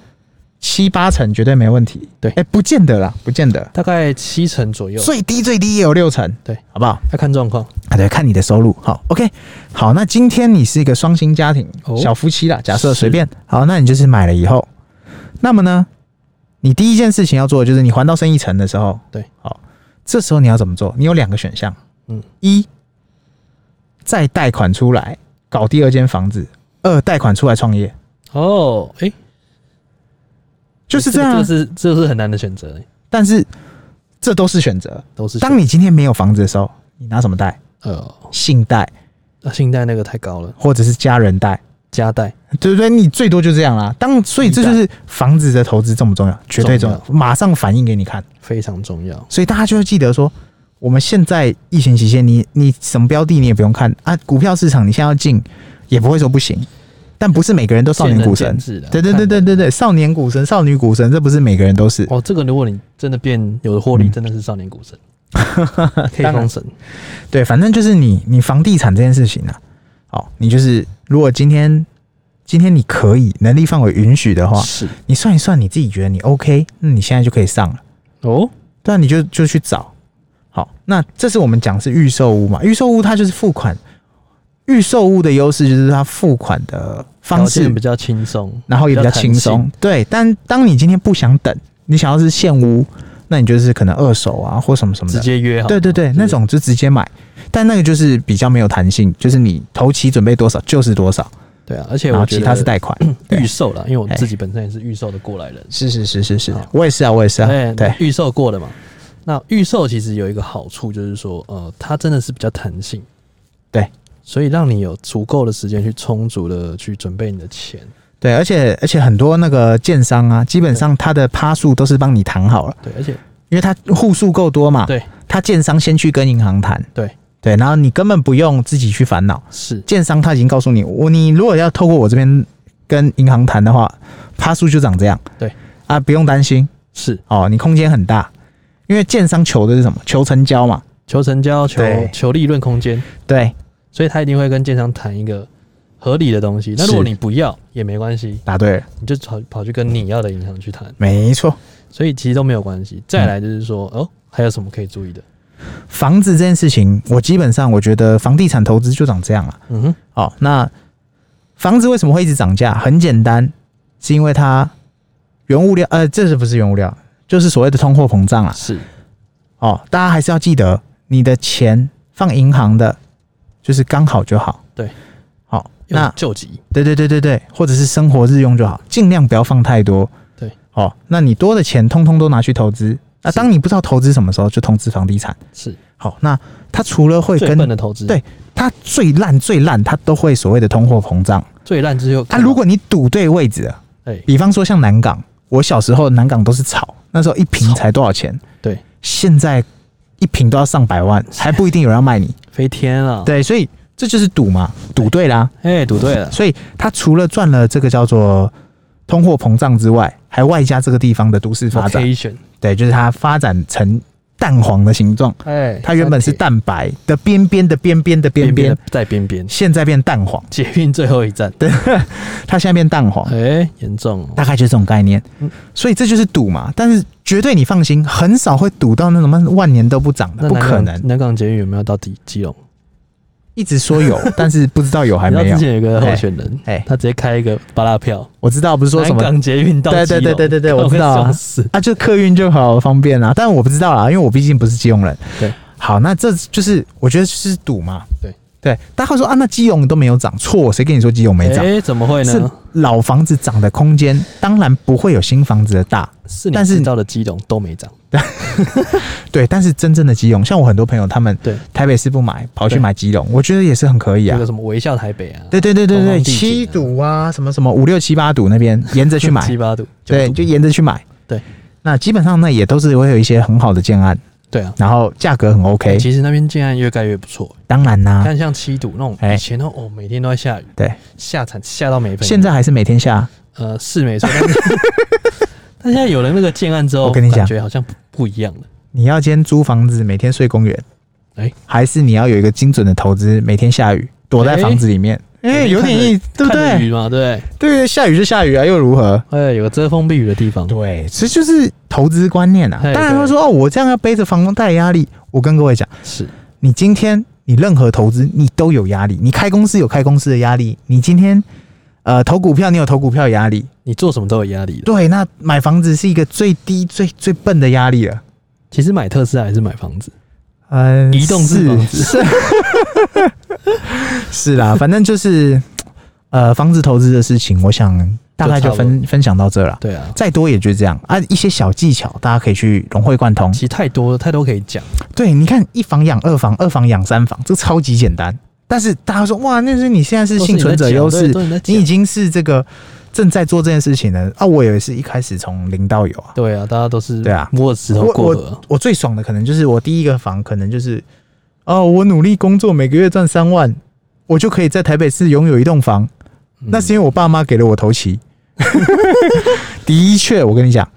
S1: 七八成绝对没问题，
S2: 对
S1: 哎、不见得啦，不见得，
S2: 大概七成左右，
S1: 最低最低也有六成，
S2: 对，
S1: 好不好？
S2: 要看状况。
S1: 啊，对，看你的收入。好，OK，好，那今天你是一个双薪家庭，
S2: 哦
S1: 小夫妻啦，假设
S2: 是
S1: 随便，好，那你就是买了以后，那么呢，你第一件事情要做的就是你还到生意层的时候，
S2: 对，
S1: 好，这时候你要怎么做？你有两个选项，
S2: 嗯，
S1: 一再贷款出来搞第二间房子，二贷款出来创业，
S2: 哦，哎，
S1: 就是这样啊、
S2: 个这个是这个是很难的选择，哎
S1: 但是这都是选择。
S2: 都是
S1: 当你今天没有房子的时候，你拿什么贷？
S2: 呃，
S1: 信贷
S2: 啊信贷那个太高了，
S1: 或者是家人贷。
S2: 加贷
S1: 对不对？你最多就这样啦。当所以这就是房子的投资重不重要？绝对重要，
S2: 重
S1: 马上反映给你看。
S2: 非常重要。
S1: 所以大家就会记得说，我们现在疫情期间，你你什么标的你也不用看啊，股票市场你现在要进也不会说不行，但不是每个人都少年股神
S2: 见仁见智。啦
S1: 对对对对对对，少年股神、少女股神，这不是每个人都是。
S2: 哦，这个如果你真的变有了获利，真的是少年股神，嗯可以
S1: 当然
S2: 封神。
S1: 对，反正就是你你房地产这件事情啊，哦，你就是如果今天今天你可以能力范围允许的话，
S2: 是
S1: 你算一算你自己觉得你 OK，那你现在就可以上了。
S2: 哦，
S1: 对啊，你就就去找。好，那这是我们讲是预售屋嘛？预售屋它就是付款，预售屋的优势就是它付款的方
S2: 条
S1: 式
S2: 件比，较轻松，
S1: 然后也比较
S2: 弹
S1: 轻松
S2: 性。。
S1: 对，但当你今天不想等，你想要是现屋，那你就是可能二手啊或什么什么
S2: 直
S1: 的。
S2: 接约好。
S1: 对对对，那种就直接买，但那个就是比较没有弹性，就是你头期准备多少就是多少，
S2: 对啊，而且
S1: 然后
S2: 我觉
S1: 其
S2: 得
S1: 他是贷
S2: [CLEARS THROAT]
S1: 款。对
S2: 预售啦，因为我
S1: 哎
S2: 自己本身也是预售的过来人，
S1: 是是是是是
S2: 好，
S1: 我也是啊，我也是啊，
S2: 哎
S1: 对，
S2: 预售过的嘛。那预售其实有一个好处就是说，呃，它真的是比较弹性，
S1: 对，
S2: 所以让你有足够的时间去充足的去准备你的钱，
S1: 对，而且而且很多那个建商啊，基本上它的趴数都是帮你谈好了，
S2: 对，而且
S1: 因为它户数够多嘛，
S2: 对
S1: 它建商先去跟银行谈，
S2: 对
S1: 对，然后你根本不用自己去烦恼，
S2: 是
S1: 建商他已经告诉你，我你如果要透过我这边跟银行谈的话，趴数就长这样，
S2: 对
S1: 啊，不用担心
S2: 是
S1: 哦，你空间很大，因为建商求的是什么？求成交嘛，
S2: 求成交、求
S1: 对
S2: 求利润空间，
S1: 对，
S2: 所以他一定会跟建商谈一个合理的东西。那如果
S1: 是
S2: 你不要也没关系，
S1: 答对了，
S2: 你就跑跑去跟你要的银行去谈，
S1: 没错，
S2: 所以其实都没有关系。再来就是说，
S1: 嗯
S2: 哦，还有什么可以注意的？
S1: 房子这件事情，我基本上我觉得房地产投资就长这样啊。
S2: 嗯哼，
S1: 好、那房子为什么会一直涨价？很简单，是因为它原物料，呃，这是不是原物料？就是所谓的通货膨胀啦。
S2: 是
S1: 哦，大家还是要记得，你的钱放银行的，就是刚好就好。
S2: 对，
S1: 好、
S2: 那
S1: 那
S2: 救急
S1: 对对对对对，或者是生活日用就好，尽量不要放太多。
S2: 对，
S1: 哦，那你多的钱通通都拿去投资。那
S2: 是
S1: 当你不知道投资什么时候，就投资房地产。
S2: 是
S1: 好、那它除了会
S2: 最
S1: 跟
S2: 笨的投资，
S1: 对它最烂最烂，它都会所谓的通货膨胀。
S2: 最烂之后，
S1: 啊，如果你赌对位置了，
S2: 哎
S1: 比方说像南港，我小时候南港都是炒，那时候一瓶
S2: 炒
S1: 才多少钱？
S2: 对
S1: 现在一瓶都要上百万，还不一定有人要卖你。
S2: 飞天了，，
S1: 对，所以这就是赌嘛，赌对啦。
S2: 哎哦赌对了，
S1: 所以他除了赚了这个叫做通货膨胀之外，还外加这个地方的都市 [LAUGHS] 发展。
S2: Location，
S1: 对，就是它发展成蛋黄的形状，
S2: 哎，
S1: 它原本是
S2: 在
S1: 蛋白的边边的边边的边
S2: 边
S1: 边
S2: 边，在边边，
S1: 现在变蛋黄，
S2: 捷运最后一站，对，
S1: 它现在变蛋黄。
S2: 哎，严重哦，
S1: 大概就是这种概念
S2: 嗯，
S1: 所以这就是赌嘛。但是绝对你放心，很少会赌到那种什么万年都不涨的，
S2: 那
S1: [LAUGHS] 不
S2: 南
S1: 可
S2: 港
S1: 能。
S2: 南港捷运有没有到底基隆？
S1: 一直说
S2: [LAUGHS]
S1: 有，但是不知道有还
S2: 你知
S1: 没
S2: 道
S1: 有
S2: 之。前有一个候选人，
S1: 哎哎
S2: 他直接开一个巴拉票，
S1: 我知道，不是说什
S2: 南
S1: 么
S2: 港捷运到基隆
S1: 对对对对对对
S2: 看
S1: 我知道
S2: [LAUGHS]
S1: 啊
S2: 会笑死，
S1: 啊，就客运就好方便啦、但我不知道啦，因为我毕竟不是基隆人。
S2: 对，
S1: 好，那这就是我觉得是赌嘛。
S2: 对
S1: 对，大家会说啊，那基隆都没有涨，错，谁跟你说基隆没涨？
S2: 哎，怎么会
S1: 是
S2: 呢？
S1: 老房子涨的空间，当然不会有新房子的大。
S2: 是你
S1: 但是
S2: 知道的基隆都没涨，
S1: 对，但是真正的基隆，像我很多朋友他们
S2: 对，
S1: 台北市不买，跑去
S2: 对
S1: 买基隆，我觉得也是很可以啊
S2: 那个。什么微笑台北啊，
S1: 对对对对
S2: 东方
S1: 对，
S2: 地景啊
S1: 七堵啊，什么什么五六七八堵那 [LAUGHS] 边，沿着去买，
S2: 七八度，九
S1: 对，
S2: 度
S1: 就沿着去买。
S2: 对，
S1: 那基本上呢，也都是会有一些很好的建案，
S2: 对啊。
S1: 然后价格很 OK。
S2: 哎其实那边建案越盖越不错，
S1: 当然啦、
S2: 但像七堵那种
S1: 啊哎
S2: 以前都哦每天都在下雨，
S1: 对，
S2: 下惨下到没朋友。
S1: 现在还是每天下，
S2: 呃是
S1: [LAUGHS]
S2: 没错，但是但现在有了那个建案之后，
S1: 我跟你讲
S2: 感觉好像不不一样了。
S1: 你要先租房子，每天睡公园，
S2: 哎
S1: 还是你要有一个精准的投资，每天下雨，躲在房子里面，哎、有点意，对不
S2: 看着
S1: 对？
S2: 雨嘛，对
S1: 对，下雨就下雨啊，又如何？
S2: 不对？哎，有个遮风避雨的地方。
S1: 对，其实就是投资观念啊。
S2: 哎
S1: 当然
S2: 对
S1: 会说哦，我这样要背着房贷压力。我跟各位讲。
S2: 是，
S1: 你今天你任何投资你都有压力，你开公司有开公司的压力，你今天呃投股票你有投股票的压力，
S2: 你做什么都有压力的。
S1: 对，那买房子是一个最低最最笨的压力了。啊
S2: 其实买特斯拉还是买房子，
S1: 嗯，
S2: 移动式房子
S1: 是是 [LAUGHS] 是啦，反正就是呃房子投资的事情，我想大概就
S2: 就差
S1: 分分享到这了。
S2: 对啊。
S1: 再多也就这样啊，一些小技巧大家可以去融会贯通
S2: 其。实太多了太多可以讲，
S1: 对，你看一房养二房，二房养三房，这超级简单。但是大家说哇，那是你现在是幸存者优势，你
S2: 你
S1: 已经是这个正在做这件事情了啊！我也是一开始从零到有啊。
S2: 对啊，大家都是
S1: 对啊
S2: 摸着石头
S1: 我
S2: 过河
S1: 我，我最爽的可能就是我第一个房，可能就是哦，我努力工作，每个月赚三万，我就可以在台北市拥有一栋房。
S2: 嗯
S1: 那是因为我爸妈给了我头期。 [LAUGHS] 的确，我跟你讲，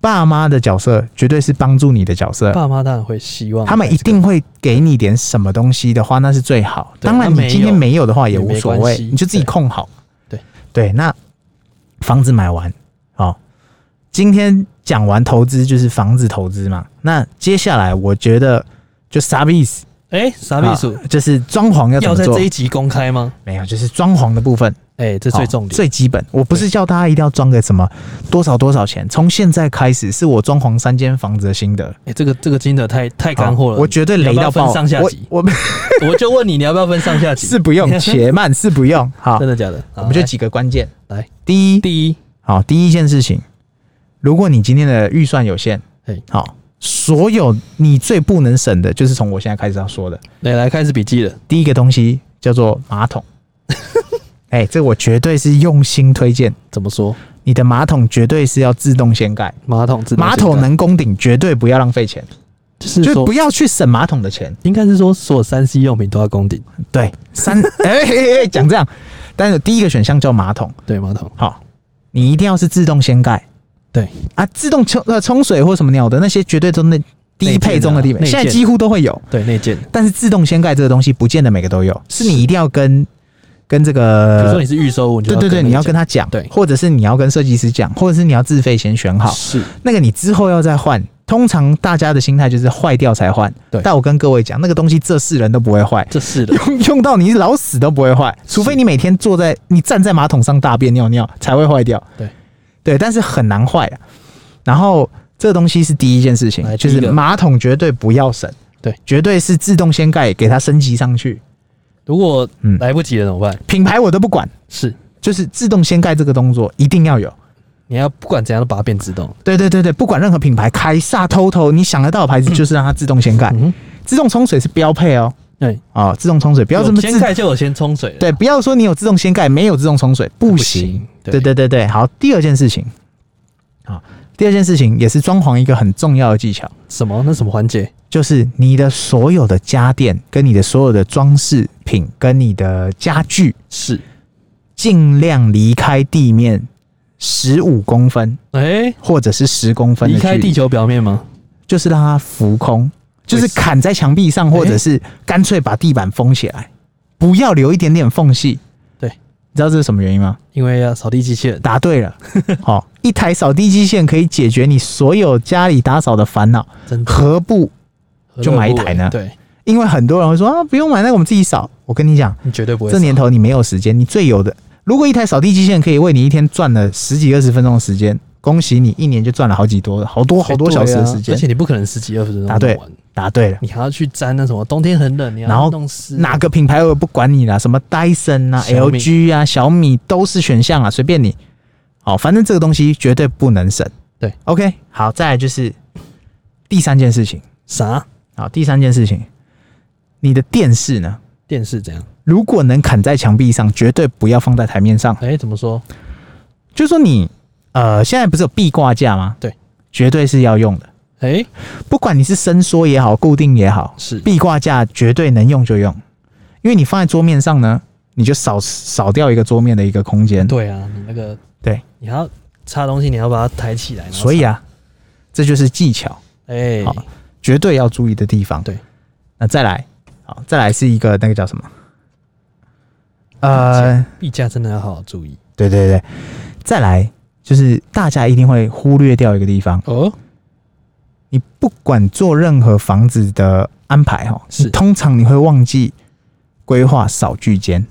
S1: 爸妈的角色绝对是帮助你的角色。
S2: 爸妈当然会希望
S1: 他们一定会给你点什么东西的话，那是最好。
S2: 对
S1: 当然，
S2: 那没
S1: 你
S2: 有
S1: 今天没有的话也无所
S2: 也没关
S1: 谓，
S2: 系
S1: 你就自己控好。
S2: 对
S1: 对，那房子买完，哦，今天讲完投资就是房子投资嘛。那接下来我觉得就啥意思？
S2: 哎，啥秘书
S1: 啊就是装潢要怎
S2: 要
S1: 么
S2: 在
S1: 做
S2: 这？一集公开吗？
S1: 没有，就是装潢的部分，
S2: 哎，这最
S1: 哦
S2: 重点，
S1: 最基本。我不是叫大家一定要装个什么多少多少钱，从现在开始是我装潢三间房子的心得。
S2: 哎，这个这个金额太太干货了，
S1: 好我绝对雷
S2: 你要
S1: 到
S2: 不要
S1: 爆！
S2: 分上下
S1: 我
S2: 集，
S1: 我
S2: [LAUGHS] 我就问你，你要不要分上下集？
S1: 是不用，且慢是不
S2: [LAUGHS]
S1: 用。好
S2: 真，的假的？
S1: 我们就
S2: 好
S1: 几个关键。
S2: 来来
S1: 第一，
S2: 第一，
S1: 好，第一件事情，如果你今天的预算有限
S2: 嘿，
S1: 好，所有你最不能省的，就是从我现在开始要说的
S2: 来来开始笔记了，
S1: 第一个东西，叫做马
S2: [LAUGHS]
S1: 桶。哎、这我绝对是用心推荐。
S2: 怎么说？
S1: 你的马桶绝对是要自动掀盖，
S2: 马桶自动
S1: 马
S2: 掀
S1: 桶
S2: 盖
S1: 能攻顶，绝对不要浪费钱，
S2: 就是
S1: 就
S2: 说
S1: 不，要去省马桶的钱。
S2: 应该是说所有三 C 用品都要攻顶，
S1: 对，三 [LAUGHS] 哎哎哎哎，讲这样，但是第一个选项叫马桶。
S2: 对马桶，
S1: 好，你一定要是自动掀盖
S2: 对
S1: 啊，自动冲呃冲水或什么鸟的那些，绝对都那低配中的地
S2: 内
S1: 方，
S2: 建啊
S1: 现在几乎都会有。
S2: 对内建，
S1: 但是自动掀盖这个东西，不见得每个都有，是你一定要跟跟这
S2: 比如说
S1: 个
S2: 你，是预售物，你就
S1: 呃对对对，
S2: 内
S1: 你要
S2: 建
S1: 跟他讲，
S2: 对
S1: 或者是你要跟设计师讲，或者是你要自费先选好，
S2: 是
S1: 那个你之后要再换。通常大家的心态就是坏掉才换，
S2: 对
S1: 但我跟各位讲，那个东西这世人都不会坏，
S2: 这是的，
S1: 用 [LAUGHS] 用到你老死都不会坏，除非你每天坐在你站在马桶上大便尿尿才会坏掉。
S2: 对，
S1: 对，但是很难坏啊。然后这个东西是第一件事情
S2: 来，
S1: 就
S2: 哎第一
S1: 是
S2: 个
S1: 马桶绝对不要省，
S2: 对，
S1: 绝对是自动掀盖给它升级上去，
S2: 如果
S1: 嗯
S2: 来不及了怎么办？
S1: 品牌我都不管，
S2: 是
S1: 就是自动掀盖这个动作一定要有。
S2: 你要不管怎样都把它变自动。
S1: 对对对对，不管任何品牌，凯撒、TOTO，你想得到的牌子就是让它自动掀盖，
S2: 嗯，
S1: 自动冲水是标配哦。
S2: 对，
S1: 哦，自动冲水不
S2: 不
S1: 要这么
S2: 先
S1: 自
S2: 盖就有先冲水了，
S1: 对，不要说你有自动掀盖没有自动冲水不
S2: 不
S1: 行。
S2: 行。
S1: 对对对对，好，第二件事情，啊，第二件事情也是装潢一个很重要的技巧，
S2: 什么？那什么环节？
S1: 就是你的所有的家电跟你的所有的装饰品跟你的家具，
S2: 是，
S1: 尽量离开地面十五公分
S2: 哎，
S1: 或者是十公分的
S2: 离
S1: 距
S2: 开
S1: 离
S2: 地球表面吗？
S1: 就是让它浮空，就是砍在墙壁上，或者是干脆把地板封起来，不要留一点点缝隙。
S2: 对
S1: 你知道这是什么原因吗？
S2: 因为要扫地机器人。
S1: 答对 [LAUGHS] 了，好、一台扫地机器人可以解决你所有家里打扫的烦恼，
S2: 真的
S1: 何不？就买一台呢
S2: 对，
S1: 因为很多人会说啊，不用买，那个我们自己扫。我跟你讲，
S2: 你绝对不会。
S1: 这年，头你没有时间，你最有的，如果一台扫地机器人可以为你一天赚了十几二十分钟的时间，恭喜你，一年就赚了好几多好多好多小时的时间
S2: 而。且你不可能十几二十分钟
S1: 答对
S2: 弄完，
S1: 答对了。
S2: 你还要去沾那什么，冬天很冷，你要
S1: 然后
S2: 弄湿
S1: 哪个品牌我也不管你啦，什么戴森啊、
S2: 小米
S1: LG 啊、小米都是选项啊，随便你。好，反正这个东西绝对不能省。
S2: 对
S1: ，OK，好，再来就是第三件事情。
S2: 啥
S1: 好，第三件事情，你的电视呢，
S2: 电视怎样？
S1: 如果能砍在墙壁上，绝对不要放在台面上。
S2: 哎，怎么说？
S1: 就说你呃，现在不是有壁挂架吗？
S2: 对，
S1: 绝对是要用的，
S2: 哎，
S1: 不管你是伸缩也好，固定也好，
S2: 是
S1: 壁挂架绝对能用就用，因为你放在桌面上呢，你就少少掉一个桌面的一个空间。
S2: 对啊，你那个
S1: 对，
S2: 你还要插东西，你要把它抬起来。然后
S1: 所以啊，这就是技巧，
S2: 插，哎，
S1: 好绝对要注意的地方。
S2: 对，
S1: 那再来，好，再来是一个那个叫什么？呃，
S2: 壁架真的要好好注意
S1: 对对对，再来就是大家一定会忽略掉一个地方，
S2: 哦。
S1: 你不管做任何房子的安排哈，
S2: 是
S1: 你通常你会忘记规划扫具间，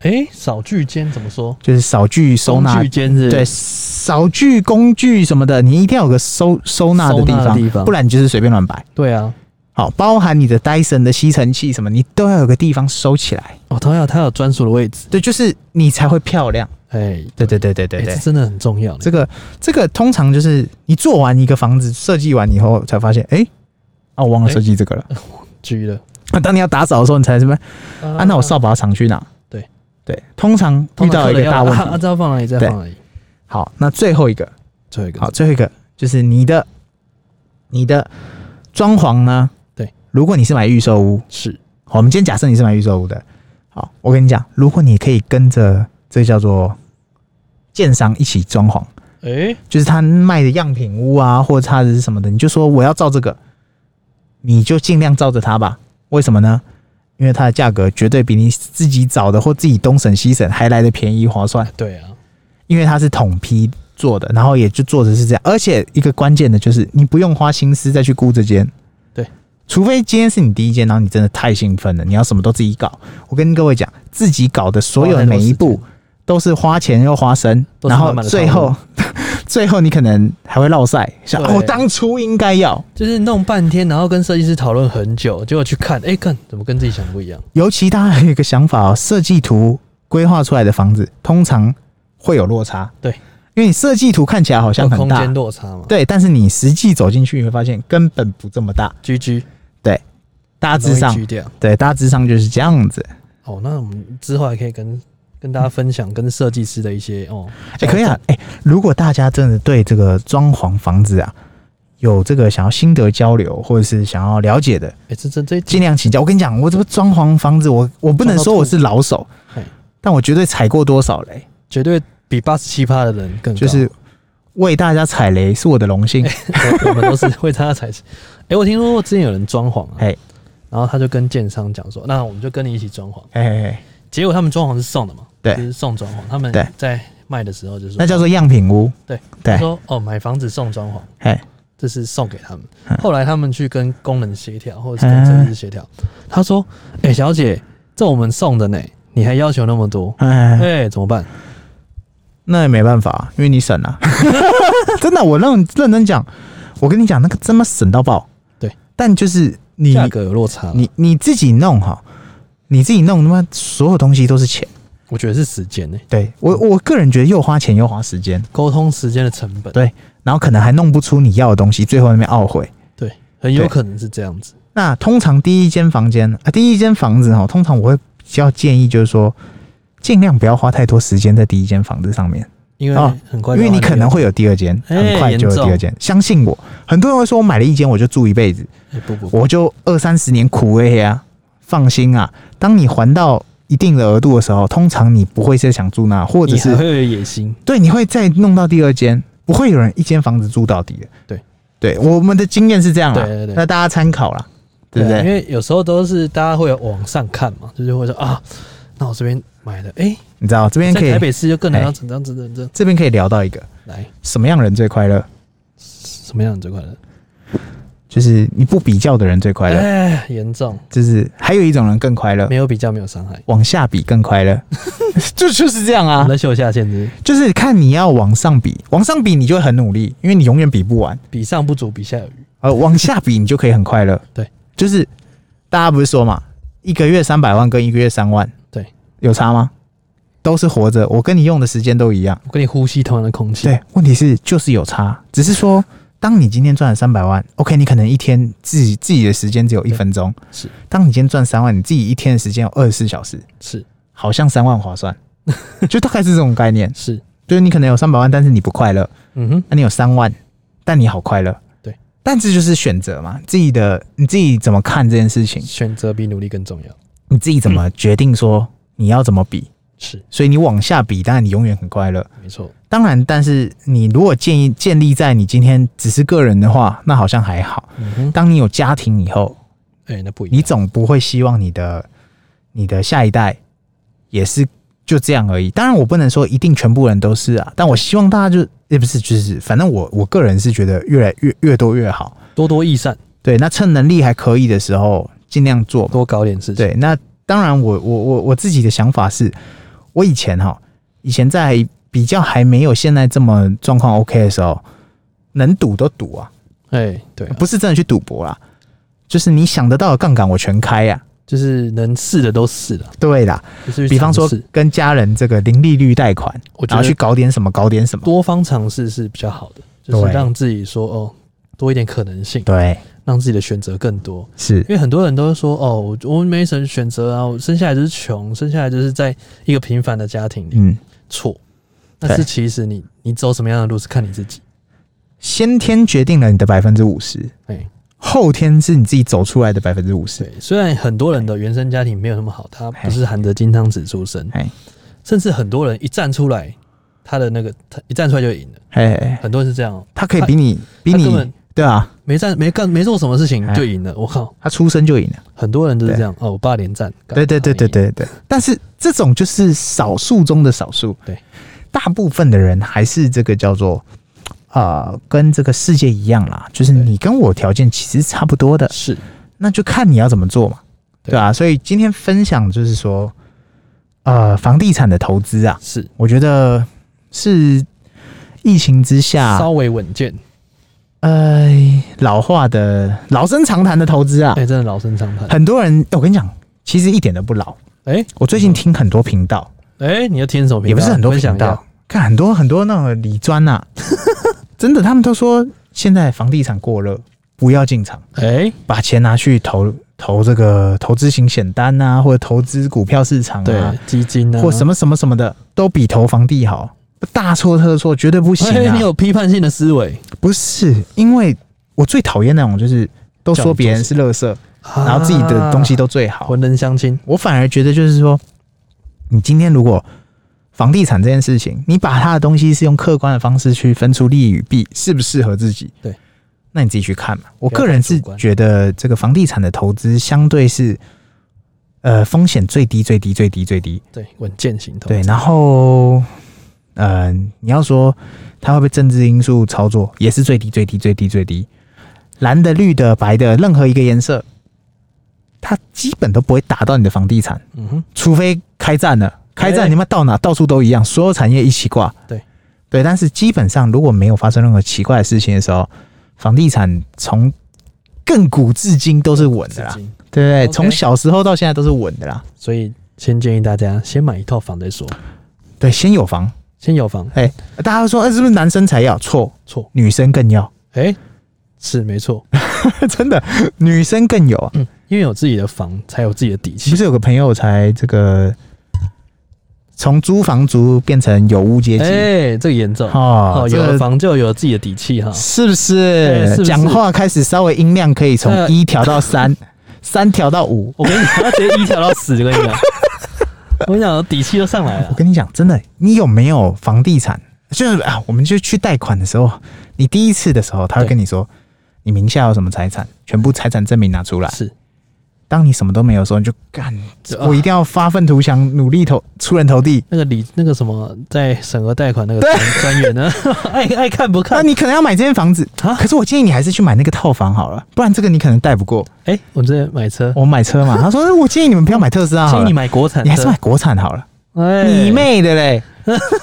S2: 哎，扫具间怎么说？
S1: 就是扫具收纳
S2: 工具间是？
S1: 对，，扫具、工具什么的，你一定要有个收收纳的地
S2: 收纳
S1: 方，
S2: 的地方
S1: 不然你就是随便乱摆。
S2: 对啊。
S1: 好，包含你的 Dyson 的吸尘器什么，你都要有个地方收起来。
S2: 哦，它有它有专属的位置。
S1: 对，就是你才会漂亮。
S2: 哎，
S1: 对对对对对
S2: 哎
S1: 对
S2: 这，真的很重要呢。
S1: 这个这个通常就是你做完一个房子设计完以后，才发现，哎、啊，我忘了设计这个了。
S2: 居了
S1: 啊当你要打扫的时候，你才什么啊？
S2: 啊
S1: 那我扫把藏去哪？
S2: 对
S1: 对，通常遇
S2: 通常
S1: 到一
S2: 客人
S1: 个
S2: 要
S1: 大问
S2: 啊，啊
S1: 题。
S2: 这要放哪里？再
S1: 对
S2: 放哪里？
S1: 好，那最后一个，
S2: 最后一个，
S1: 好，最后一个就是你的你的装潢呢？
S2: 对，
S1: 如果你是买预售屋，
S2: 是
S1: 好，我们今天假设你是买预售屋的，好，我跟你讲，如果你可以跟着这叫做建商一起装潢，
S2: 哎，
S1: 就是他卖的样品屋啊，或者他的是什么的，你就说我要照这个，你就尽量照着它吧。为什么呢？因为它的价格绝对比你自己找的或自己东省西省还来的便宜划算。
S2: [LAUGHS] 对啊，
S1: 因为它是统批做的，然后也就做的是这样。而且一个关键的就是，你不用花心思再去估这间，
S2: 对，
S1: 除非今天是你第一间，然后你真的太兴奋了，你要什么都自己搞。我跟各位讲，自己搞的所有
S2: 哦
S1: 的每一步都是花钱又花神，
S2: 都是
S1: 然后
S2: 满满的
S1: 最
S2: 套路
S1: 后 [LAUGHS] 最后你可能还会落赛，想
S2: 对
S1: 哦，当初应该要。
S2: 就是弄半天，然后跟设计师讨论很久，结果去看，哎，看怎么跟自己想的不一样？
S1: 尤其大家还有一个想法哦，设计图规划出来的房子通常会有落差，
S2: 对，
S1: 因为你设计图看起来好像
S2: 有
S1: 很
S2: 空
S1: 大，
S2: 间落差嘛。
S1: 对，但是你实际走进去，你会发现根本不这么大。
S2: 居居，
S1: 对，大
S2: 大
S1: 致上，
S2: 掉。
S1: 对，大致上就是这样子。哎
S2: 哦，那我们之后还可以跟跟大家分享跟设计师的一些哦，
S1: 哎、可以啊，哎、如果大家真的对这个装潢房子啊有这个想要心得交流，或者是想要了解的，
S2: 哎，这这这一集
S1: 尽量请教。我跟你讲，我这个装潢房子，我我不能说我是老手
S2: 嘿，
S1: 但我绝对踩过多少雷，
S2: 绝对比八十七趴的人更高
S1: 就是为大家踩雷是我的荣幸。
S2: [LAUGHS] 我我们都是 [LAUGHS] 会参加采集。哎、我听说过之前有人装潢啊
S1: 嘿，
S2: 然后他就跟建商讲说，那我们就跟你一起装潢。
S1: 嘿嘿嘿，
S2: 结果他们装潢是送的嘛，
S1: 对
S2: 就是送装潢。他们
S1: 对
S2: 在卖的时候就说，
S1: 那叫做样品屋。
S2: 对
S1: 对
S2: 他说哦，买房子送装潢，
S1: 嘿，
S2: 这是送给他们
S1: 嗯。
S2: 后来他们去跟工人协调，或者是跟设计师协调，他说，哎、小姐，这我们送的呢，你还要求那么多，
S1: 哎，
S2: 哎、怎么办？
S1: 那也没办法，因为你省了、啊
S2: [LAUGHS]
S1: 真的，我认认真讲，我跟你讲，那个真的省到爆。
S2: 对，
S1: 但就是你
S2: 价格有落差，
S1: 你你自己弄哈，你自己弄他妈所有东西都是钱。
S2: 我觉得是时间呢、
S1: 对我我个人觉得又花钱又花时间，
S2: 沟通时间的成本，
S1: 对，然后可能还弄不出你要的东西，最后那边懊悔。
S2: 对，很有
S1: 对
S2: 可能是这样子。
S1: 那通常第一间房间啊，第一间房子哈，通常我会比较建议就是说，尽量不要花太多时间在第一间房子上面，
S2: 因为
S1: 哦
S2: 很快、
S1: 因为你可能、会有第二间，
S2: 哎
S1: 很快就有第二间。相信我，很多人会说我买了一间我就住一辈子，
S2: 哎不不不，
S1: 我就二三十年苦味啊。放心啊，当你还到一定的额度的时候，通常你不会再想住那，或者
S2: 你还
S1: 是
S2: 会有野心，
S1: 对，你会再弄到第二间，不会有人一间房子住到底的。
S2: 对，
S1: 对，我们的经验是这样啦，
S2: 对对对
S1: 那大家参考啦，对不
S2: 啊
S1: 对？
S2: 因为有时候都是大家会有往上看嘛，就是会说啊，那我这边买的，哎、
S1: 你知道这边可
S2: 在
S1: 以
S2: 台北市就更
S1: 哎
S2: 难要怎样怎样怎样
S1: 这边可以聊到一个
S2: 来
S1: 什么样人最快乐，
S2: 什么样这块的？
S1: 就是你不比较的人最快乐，
S2: 哎，严重
S1: 就是还有一种人更快乐
S2: 没，有比较没有伤害，
S1: 往下比更快
S2: [LAUGHS]
S1: 乐，就就是这样
S2: 我
S1: 啊
S2: 们，在秀下限制，
S1: [LAUGHS] 就是看你要往上比，往上比你就会很努力，因为你永远比不完，
S2: 比上不足，比下有余。。
S1: 而往下比你就可以很快乐
S2: [LAUGHS] 对，
S1: 就是大家不是说嘛，一个月三百万跟一个月三万，
S2: 对，
S1: 有差吗？都是活着，我跟你用的时间都一样。
S2: 我跟你呼吸同样的空气，，
S1: 对，问题是就是有差，只是说，当你今天赚了三百万，OK，你可能一天自己自己的时间只有一分钟，
S2: 是
S1: 当你今天赚三万，你自己一天的时间有二十四小时，
S2: 是
S1: 好像三万划
S2: [LAUGHS]
S1: 算，就大概是这种概念。
S2: 是，
S1: 就是你可能有三百万，但是你不快乐；
S2: 嗯哼，
S1: 那、你有三万，但你好快乐。
S2: 对，
S1: 但这就是选择嘛，自己的你自己怎么看这件事情，
S2: 选择比努力更重要。
S1: 你自己怎
S2: 嗯
S1: 么决定说你要怎么比，
S2: 是
S1: 所以你往下比，当然你永远很快乐。
S2: 没错，
S1: 当然，但是你如果建议建立在你今天只是个人的话，那好像还好。
S2: 嗯哼，
S1: 当你有家庭以后，
S2: 哎、那不一
S1: 你
S2: 样，
S1: 总不会希望你的你的下一代也是就这样而已。当然，我不能说一定全部人都是啊，但我希望大家就也不是就是，反正我我个人是觉得越来越越多越好。
S2: 多多益善，
S1: 对，那趁能力还可以的时候，尽量做吧。
S2: 多搞点事情。，
S1: 对，那当然我，我我我自己的想法是，我以前哈，以前在比较还没有现在这么状况 OK 的时候，能赌都赌啊，
S2: 哎、对啊、
S1: 不是真的去赌博啦，就是你想得到的杠杆我全开呀、
S2: 就是能试的都试了，
S1: 对啦，
S2: 就是去
S1: 比方说
S2: 尝试
S1: 跟家人这个零利率贷款，
S2: 我觉
S1: 然后
S2: 得
S1: 去搞点什么，搞点什么，
S2: 多方尝试是比较好的，就是
S1: 对
S2: 让自己说哦，多一点可能性，
S1: 对，
S2: 让自己的选择更多。
S1: 是
S2: 因为很多人都会说哦，我我没什么选择啊，我生下来就是穷，生下来就是在一个平凡的家庭里
S1: 嗯，
S2: 错。但是
S1: 对
S2: 其实你你走什么样的路是看你自己，
S1: 先天决定了你的百分之五十，
S2: 哎，
S1: 后天是你自己走出来的百分之五十，
S2: 对。虽然很多人的原生家庭没有那么好，他不
S1: 嘿
S2: 是含着金汤匙出生，
S1: 哎
S2: 甚至很多人一站出来，他的那个他一站出来就赢了，
S1: 哎，
S2: 很多人是这样哦，
S1: 他可以比你比
S2: 他
S1: 你
S2: 根本
S1: 对啊，
S2: 没站没干没做什么事情
S1: 哎
S2: 就赢了，我靠，
S1: 他出生就赢了。
S2: 很多人都是这样哦，我爸连战，干
S1: 对对对对，
S2: 他赢
S1: 对对，但是这种就是少数中的少数，
S2: 对，
S1: 大部分的人还是这个叫做，呃，跟这个世界一样啦，就是
S2: 对
S1: 你跟我条件其实差不多的，
S2: 是
S1: 那就看你要怎么做嘛，
S2: 对
S1: 对啊，所以今天分享就是说，呃，房地产的投资啊，
S2: 是
S1: 我觉得是疫情之下，
S2: 稍微稳健，
S1: 呃，老化的老生常谈的投资啊，
S2: 哎，真的老生常谈，
S1: 很多人，我跟你讲，其实一点都不老，
S2: 哎
S1: 我最近听很多频道。
S2: 哎，你要听什么频道？
S1: 也不是很多
S2: 分享
S1: 频
S2: 一下
S1: 道，看很多很多那种理专呐、 [LAUGHS] 真的，他们都说现在房地产过热，不要进场，
S2: 哎，
S1: 把钱拿去投投这个投资型险单啊，或者投资股票市场啊
S2: 对，，基金啊，
S1: 或什
S2: 么
S1: 么什么什么的，都比投房地好，大错特错，绝对不行
S2: 哎，
S1: 啊！
S2: 你有批判性的思维，
S1: 不是因为我最讨厌那种就是都说别人是啊垃圾，然后自己的东西
S2: 都
S1: 都最好，
S2: 浑人相亲，
S1: 我反而觉得就是说，你今天如果房地产这件事情，你把它的东西是用客观的方式去分出利与弊，适不适合自己？
S2: 对，
S1: 那你自己去看嘛。我
S2: 不要
S1: 个人
S2: 太主
S1: 是
S2: 观
S1: 觉得这个房地产的投资相对是，呃，风险最低、最低、最低、最低。
S2: 对，稳健型投资
S1: 对，然后，呃，你要说它会被政治因素操作，也是最低、最低、最低、最低。蓝的、绿的、白的，任何一个颜色，它基本都不会打到你的房地产。
S2: 嗯哼，
S1: 除非开战了，开战你们到哪到处都一样，所有产业一起挂。
S2: 对
S1: 对，但是基本上如果没有发生任何奇怪的事情的时候，房地产从亘古至今都是稳的
S2: 资
S1: 啦，
S2: 金
S1: 对啊不对？
S2: OK
S1: 从小时候到现在都是稳的啦。
S2: 所以先建议大家先买一套房再说，
S1: 对，先有房，
S2: 先有房，
S1: 哎、大家都说，哎、是不是男生才要？错，
S2: 错，
S1: 女生更要， [LAUGHS]
S2: 哎、是没错，
S1: 真的，女生更有啊。
S2: 因为有自己的房才有自己的底气
S1: 不。是有个朋友才这个从租房族变成有屋阶级？
S2: 哎、这个严重
S1: 哦
S2: 哦，
S1: 这
S2: 有
S1: 个
S2: 了房就有了自己的底气哈。
S1: 是不
S2: 哎啊是
S1: 是
S2: 不是
S1: 讲话开始稍微音量可以从
S2: 呃
S1: 一调到
S2: [LAUGHS]
S1: 三，三调到五？
S2: 我跟你讲，他直接一调到死，我跟你讲，我跟你讲，底气就上来
S1: 我 [LAUGHS]
S2: 了。
S1: 跟你讲，真的，你有没有房地产？就是啊，我们就去贷款的时候，你第一次的时候，他会
S2: 对
S1: 跟你说，你名下有什么财产，全部财产证明拿出来。
S2: 是，
S1: 当你什么都没有的时候，你就干
S2: 就，啊
S1: 我一定要发愤图强，努力投出人头
S2: [LAUGHS]
S1: 地。
S2: 那个李那个什么，在审核贷款那个
S1: 对
S2: 专专员呢， [LAUGHS] 爱爱看不
S1: 那
S2: 看？
S1: 你可能要买这间房子，
S2: 啊
S1: 可是我建议你还是去买那个套房好了，不然这个你可能贷不
S2: [LAUGHS]
S1: 过。
S2: 哎、我这买车，
S1: 我买车嘛，他说哎我建议你们不要买特斯拉好
S2: [LAUGHS] 建议
S1: 了
S2: 你，买国产
S1: 你还是
S2: 车
S1: 买，国产好了。
S2: 哎
S1: 你妹的嘞！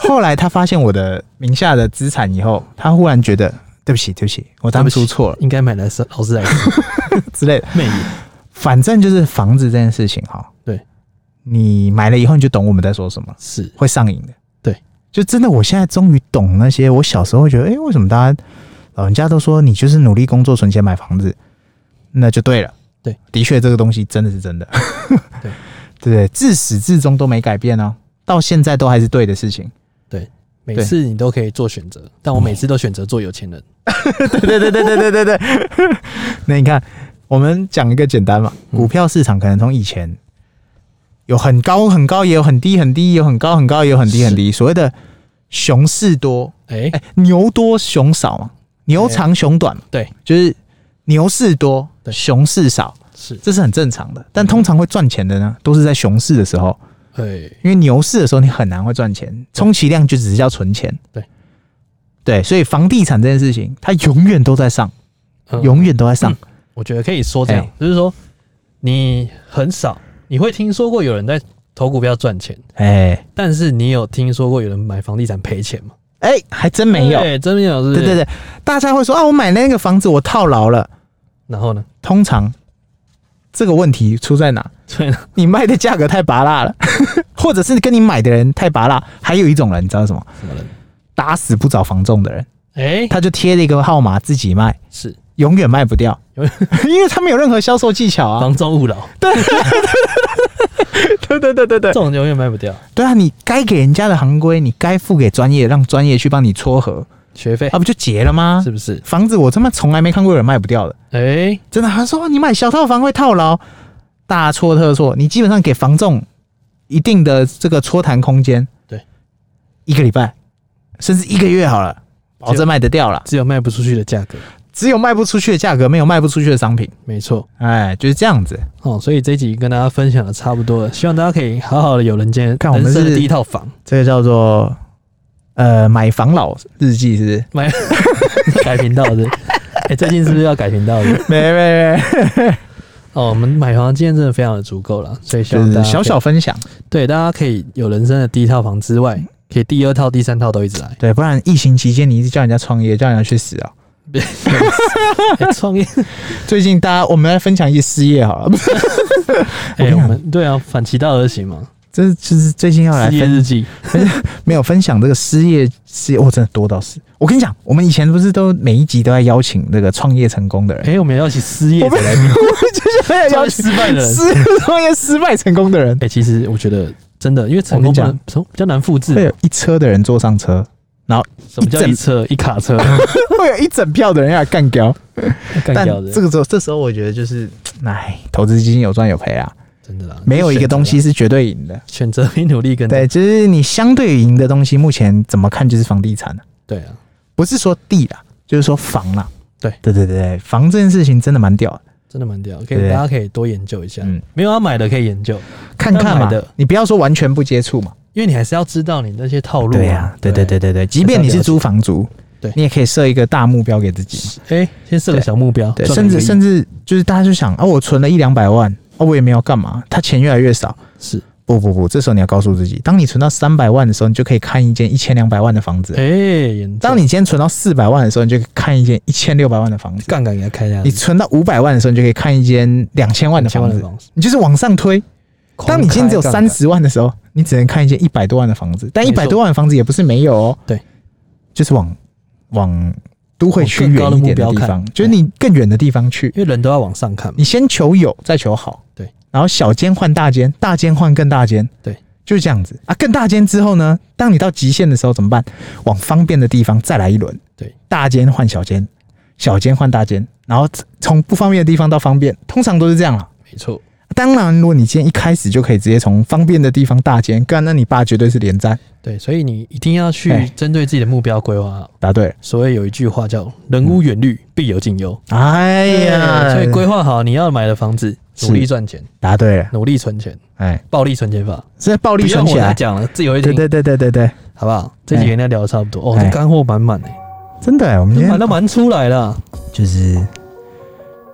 S1: 后来他发现我的名下的资产以后，他忽然觉得对不起，对不起，我当初错了
S2: 应该买的是劳斯
S1: [LAUGHS]
S2: 莱斯
S1: 之类的。
S2: 魅影，
S1: 反正就是房子这件事情哈，
S2: 对，
S1: 你买了以后你就懂我们在说什么了，
S2: 是
S1: 会上瘾的。
S2: 对，
S1: 就真的，我现在终于懂那些我小时候会觉得，哎、为什么大家老人家都说你就是努力工作存钱买房子，那就对了。
S2: 对，
S1: 的确这个东西真的是真的。
S2: 对
S1: 对 [LAUGHS] 对，自始至终都没改变哦，到现在都还是对的事情。
S2: 每次你都可以做选择，但我每次都选择做有钱人。
S1: [LAUGHS] 对对对对对对对对。那你看，我们讲一个简单嘛，
S2: 嗯
S1: 股票市场可能从以前有很高很高，也有很低很低，也有很高很高，也有很低很低。所谓的熊市多，
S2: 哎、
S1: 哎、牛多熊少嘛，牛长熊短嘛，
S2: 对，
S1: 就是牛市多，
S2: 对
S1: 熊市少，
S2: 是，
S1: 这是很正常的。但通常会赚钱的呢，都是在熊市的时候，
S2: 哎、
S1: 因为牛市的时候你很难会赚钱，充其量就只是叫存钱。
S2: 对，
S1: 对，所以房地产这件事情，它永远都在上。
S2: 嗯
S1: 永远都在上。
S2: 我觉得可以说这样
S1: 哎，
S2: 就是说你很少你会听说过有人在投股票赚钱，
S1: 哎
S2: 但是你有听说过有人买房地产赔钱吗？
S1: 哎、还真没有。
S2: 对，真没有，是不是
S1: 对对，对，大家会说啊，我买那个房子我套牢了。
S2: 然后呢？
S1: 通常这个问题出在哪？
S2: 所以呢，
S1: 你卖的价格太拔辣了， [LAUGHS] 或者是跟你买的人太拔辣。还有一种人，你知道什么？
S2: 什么人？
S1: 打死不找房仲的人，
S2: 哎、
S1: 他就贴了一个号码自己卖，
S2: 是
S1: 永远卖不
S2: [LAUGHS]
S1: 掉
S2: 永远，
S1: 因为他没有任何销售技巧啊。
S2: 房中勿扰，
S1: 对对对对对
S2: 这，种永远卖不掉，
S1: 对啊，你该给人家的行规，你该付给专业，让专业去帮你撮合，
S2: 学费
S1: 啊，不就结了吗
S2: 是？不是？
S1: 房子我他妈从来没看过有人卖不掉的。
S2: 哎、
S1: 真的，他说你买小套房会套牢，大错特错。你基本上给房仲一定的这个搓谈空间，
S2: 对，
S1: 一个礼拜甚至一个月好了，保证卖得掉了。
S2: 只有卖不出去的价格，
S1: 只有卖不出去的价格，没有卖不出去的商品，
S2: 没错。
S1: 哎，就是这样子。
S2: 哦，所以这一集跟大家分享的差不多了，希望大家可以好好的有人间人
S1: 看我们是
S2: 生的第一套房，
S1: 这个叫做呃买房佬日记，是不是？
S2: 买 [LAUGHS] 改频道的。哎、最近是不是要改频道的？
S1: 没没没，
S2: [LAUGHS] 哦，我们买房的经验真的非常的足够了，所以希
S1: [LAUGHS] 就
S2: 望大
S1: 是
S2: 家
S1: 小小
S2: 可
S1: 分享。。
S2: 以对大家可以有人生的第一套房之外，可以第二套、第三套都一直来 [LAUGHS]
S1: 对，不然疫情期间你一直叫人家创业，叫人家去死啊！
S2: 哎创、业，
S1: 最近大家我们来分享一些事业好了，
S2: 哎、
S1: 跟你
S2: 我
S1: 讲
S2: 们对啊，反其道而行嘛。
S1: [LAUGHS] 这就是最近要来
S2: 事业
S1: 分
S2: 日记，
S1: 没有分享这个失业失业，我、哦真的多到是。我跟你讲，我们以前不是都每一集都在邀请那个创业成功的人， [LAUGHS]
S2: 哎、我们要一起失业者来宾，
S1: 就是没有
S2: 创
S1: 邀
S2: 业
S1: 请
S2: 失败的人。
S1: 失创业失败成功的人
S2: 哎、，其实我觉得真的，因为成功
S1: 我跟你
S2: 不
S1: 讲
S2: 能成比较难复制
S1: 会
S2: 嘛。
S1: 有一车的人坐上
S2: [LAUGHS]
S1: 车，然后
S2: 什么叫
S1: 一
S2: 一车一
S1: [LAUGHS]
S2: 卡车
S1: 会有一整票的人要来干掉。
S2: 干
S1: 但
S2: 掉的？
S1: 这个时候，这时候我觉得就是，哎，投资基金有赚有赔啊，
S2: 真的啦，
S1: 没有一个东西是绝对赢的。
S2: 选择比努力更
S1: 对，就是你相对赢的东西，目前怎么看就是房地产、啊、
S2: 对啊，
S1: 不是说地啦，就是说房啦。
S2: 对
S1: 对对对对，房这件事情真的蛮屌的。
S2: 真的蛮屌，可以
S1: 对
S2: 大家可以多研究一下。
S1: 嗯
S2: 没有要买的可以研究，
S1: 看看
S2: 但买
S1: 嘛
S2: 的，
S1: 你不要说完全不接触嘛。
S2: 因为你还是要知道你那些套路、
S1: 对呀、对对对对对，即便你是租房族，
S2: 对
S1: 你也可以设一个大目标给自己嘛。
S2: 哎、先设个小目标，
S1: 对，甚至甚
S2: 至
S1: 至就是大家就想啊，我存了一两百万，啊，我也没有干嘛，他钱越来越少，
S2: 是
S1: 不不不，这时候你要告诉自己，当你存到三百万的时候，你就可以看一间一千两百万的房子；
S2: 哎、严重
S1: 当你今天存到四百万的时候，你就可以看一间一千六百万的房子；
S2: 杠杆给他开下
S1: 你存到五百万的时候，你就可以看一间两千万的
S2: 千
S1: 房
S2: 万的
S1: 子。
S2: 房子，
S1: 你就是往上推。当你今天只有
S3: 狂开杠
S1: 三
S3: 杆
S1: 十万的时候，你只能看一间一百多万的房子，但一
S2: 啊没错
S1: 百多万的房子也不是没有哦。
S2: 对，
S1: 就是往往都会区
S2: 往更高
S1: 远
S2: 的
S1: 一点
S2: 目标
S1: 的地
S2: 看
S1: 方，就是你更远的地方去。
S2: 因为人都要往上看嘛
S1: 你。先求有，再求好，
S2: 对，
S1: 然后小间换大间，大间换更大间，
S2: 对，
S1: 就是这样子啊。更大间之后呢，当你到极限的时候怎么办？往方便的地方再来一轮，
S2: 对，
S1: 大间换小间，小间换大间，然后从不方便的地方到方便，通常都是这样啊啦。
S2: 没错，
S1: 当然，如果你今天一开始就可以直接从方便的地方大间干，那你爸绝对是连战。
S2: 对，所以你一定要去
S1: 哎
S2: 针对自己的目标规划。
S1: 答对了，
S2: 所以有一句话叫“人无远虑，必有近忧”。
S1: 嗯哎呀，
S2: 所以规划好你要买的房子，
S1: 是
S2: 努力赚钱，
S1: 答对了，
S2: 努力存钱，
S1: 哎，
S2: 暴力存钱法，
S1: 现在暴
S2: 暴
S1: 力存起来，
S2: 讲了，自己会
S1: 对
S2: 听，
S1: 对对对对对，
S2: 好不好？这几个应该聊的差不多哦，
S1: 哎
S2: 这干货满满哎，
S1: 真的、哎，我们今天
S2: 满都满出来了。
S1: 就是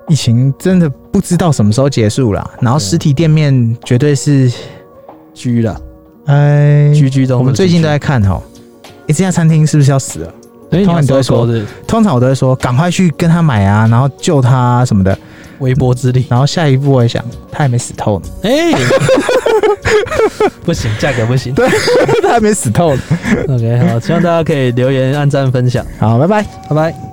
S1: 疫情真的不知道什么时候结束啦。然后实体店面绝对是，
S2: 居啦，
S1: 哎，
S2: 居居中的居居，
S1: 我们最近都在看哈，哎，这家餐厅是不是要死了？
S2: 哎，你
S1: 通
S2: 要
S1: 常都会
S2: 收购
S1: 说
S2: 是
S1: 通常我都会说赶快去跟他买啊，然后救他、啊、什么的。
S2: 微薄
S1: [LAUGHS]
S2: 之力，
S1: 然后下一步我也想，他还没死透呢， [LAUGHS]
S2: 哎，不行，价格不行。
S1: 他还没死透呢。
S2: OK，好，希望大家可以留言、按赞、分享，
S1: [LAUGHS] 好，拜拜。
S2: 拜拜。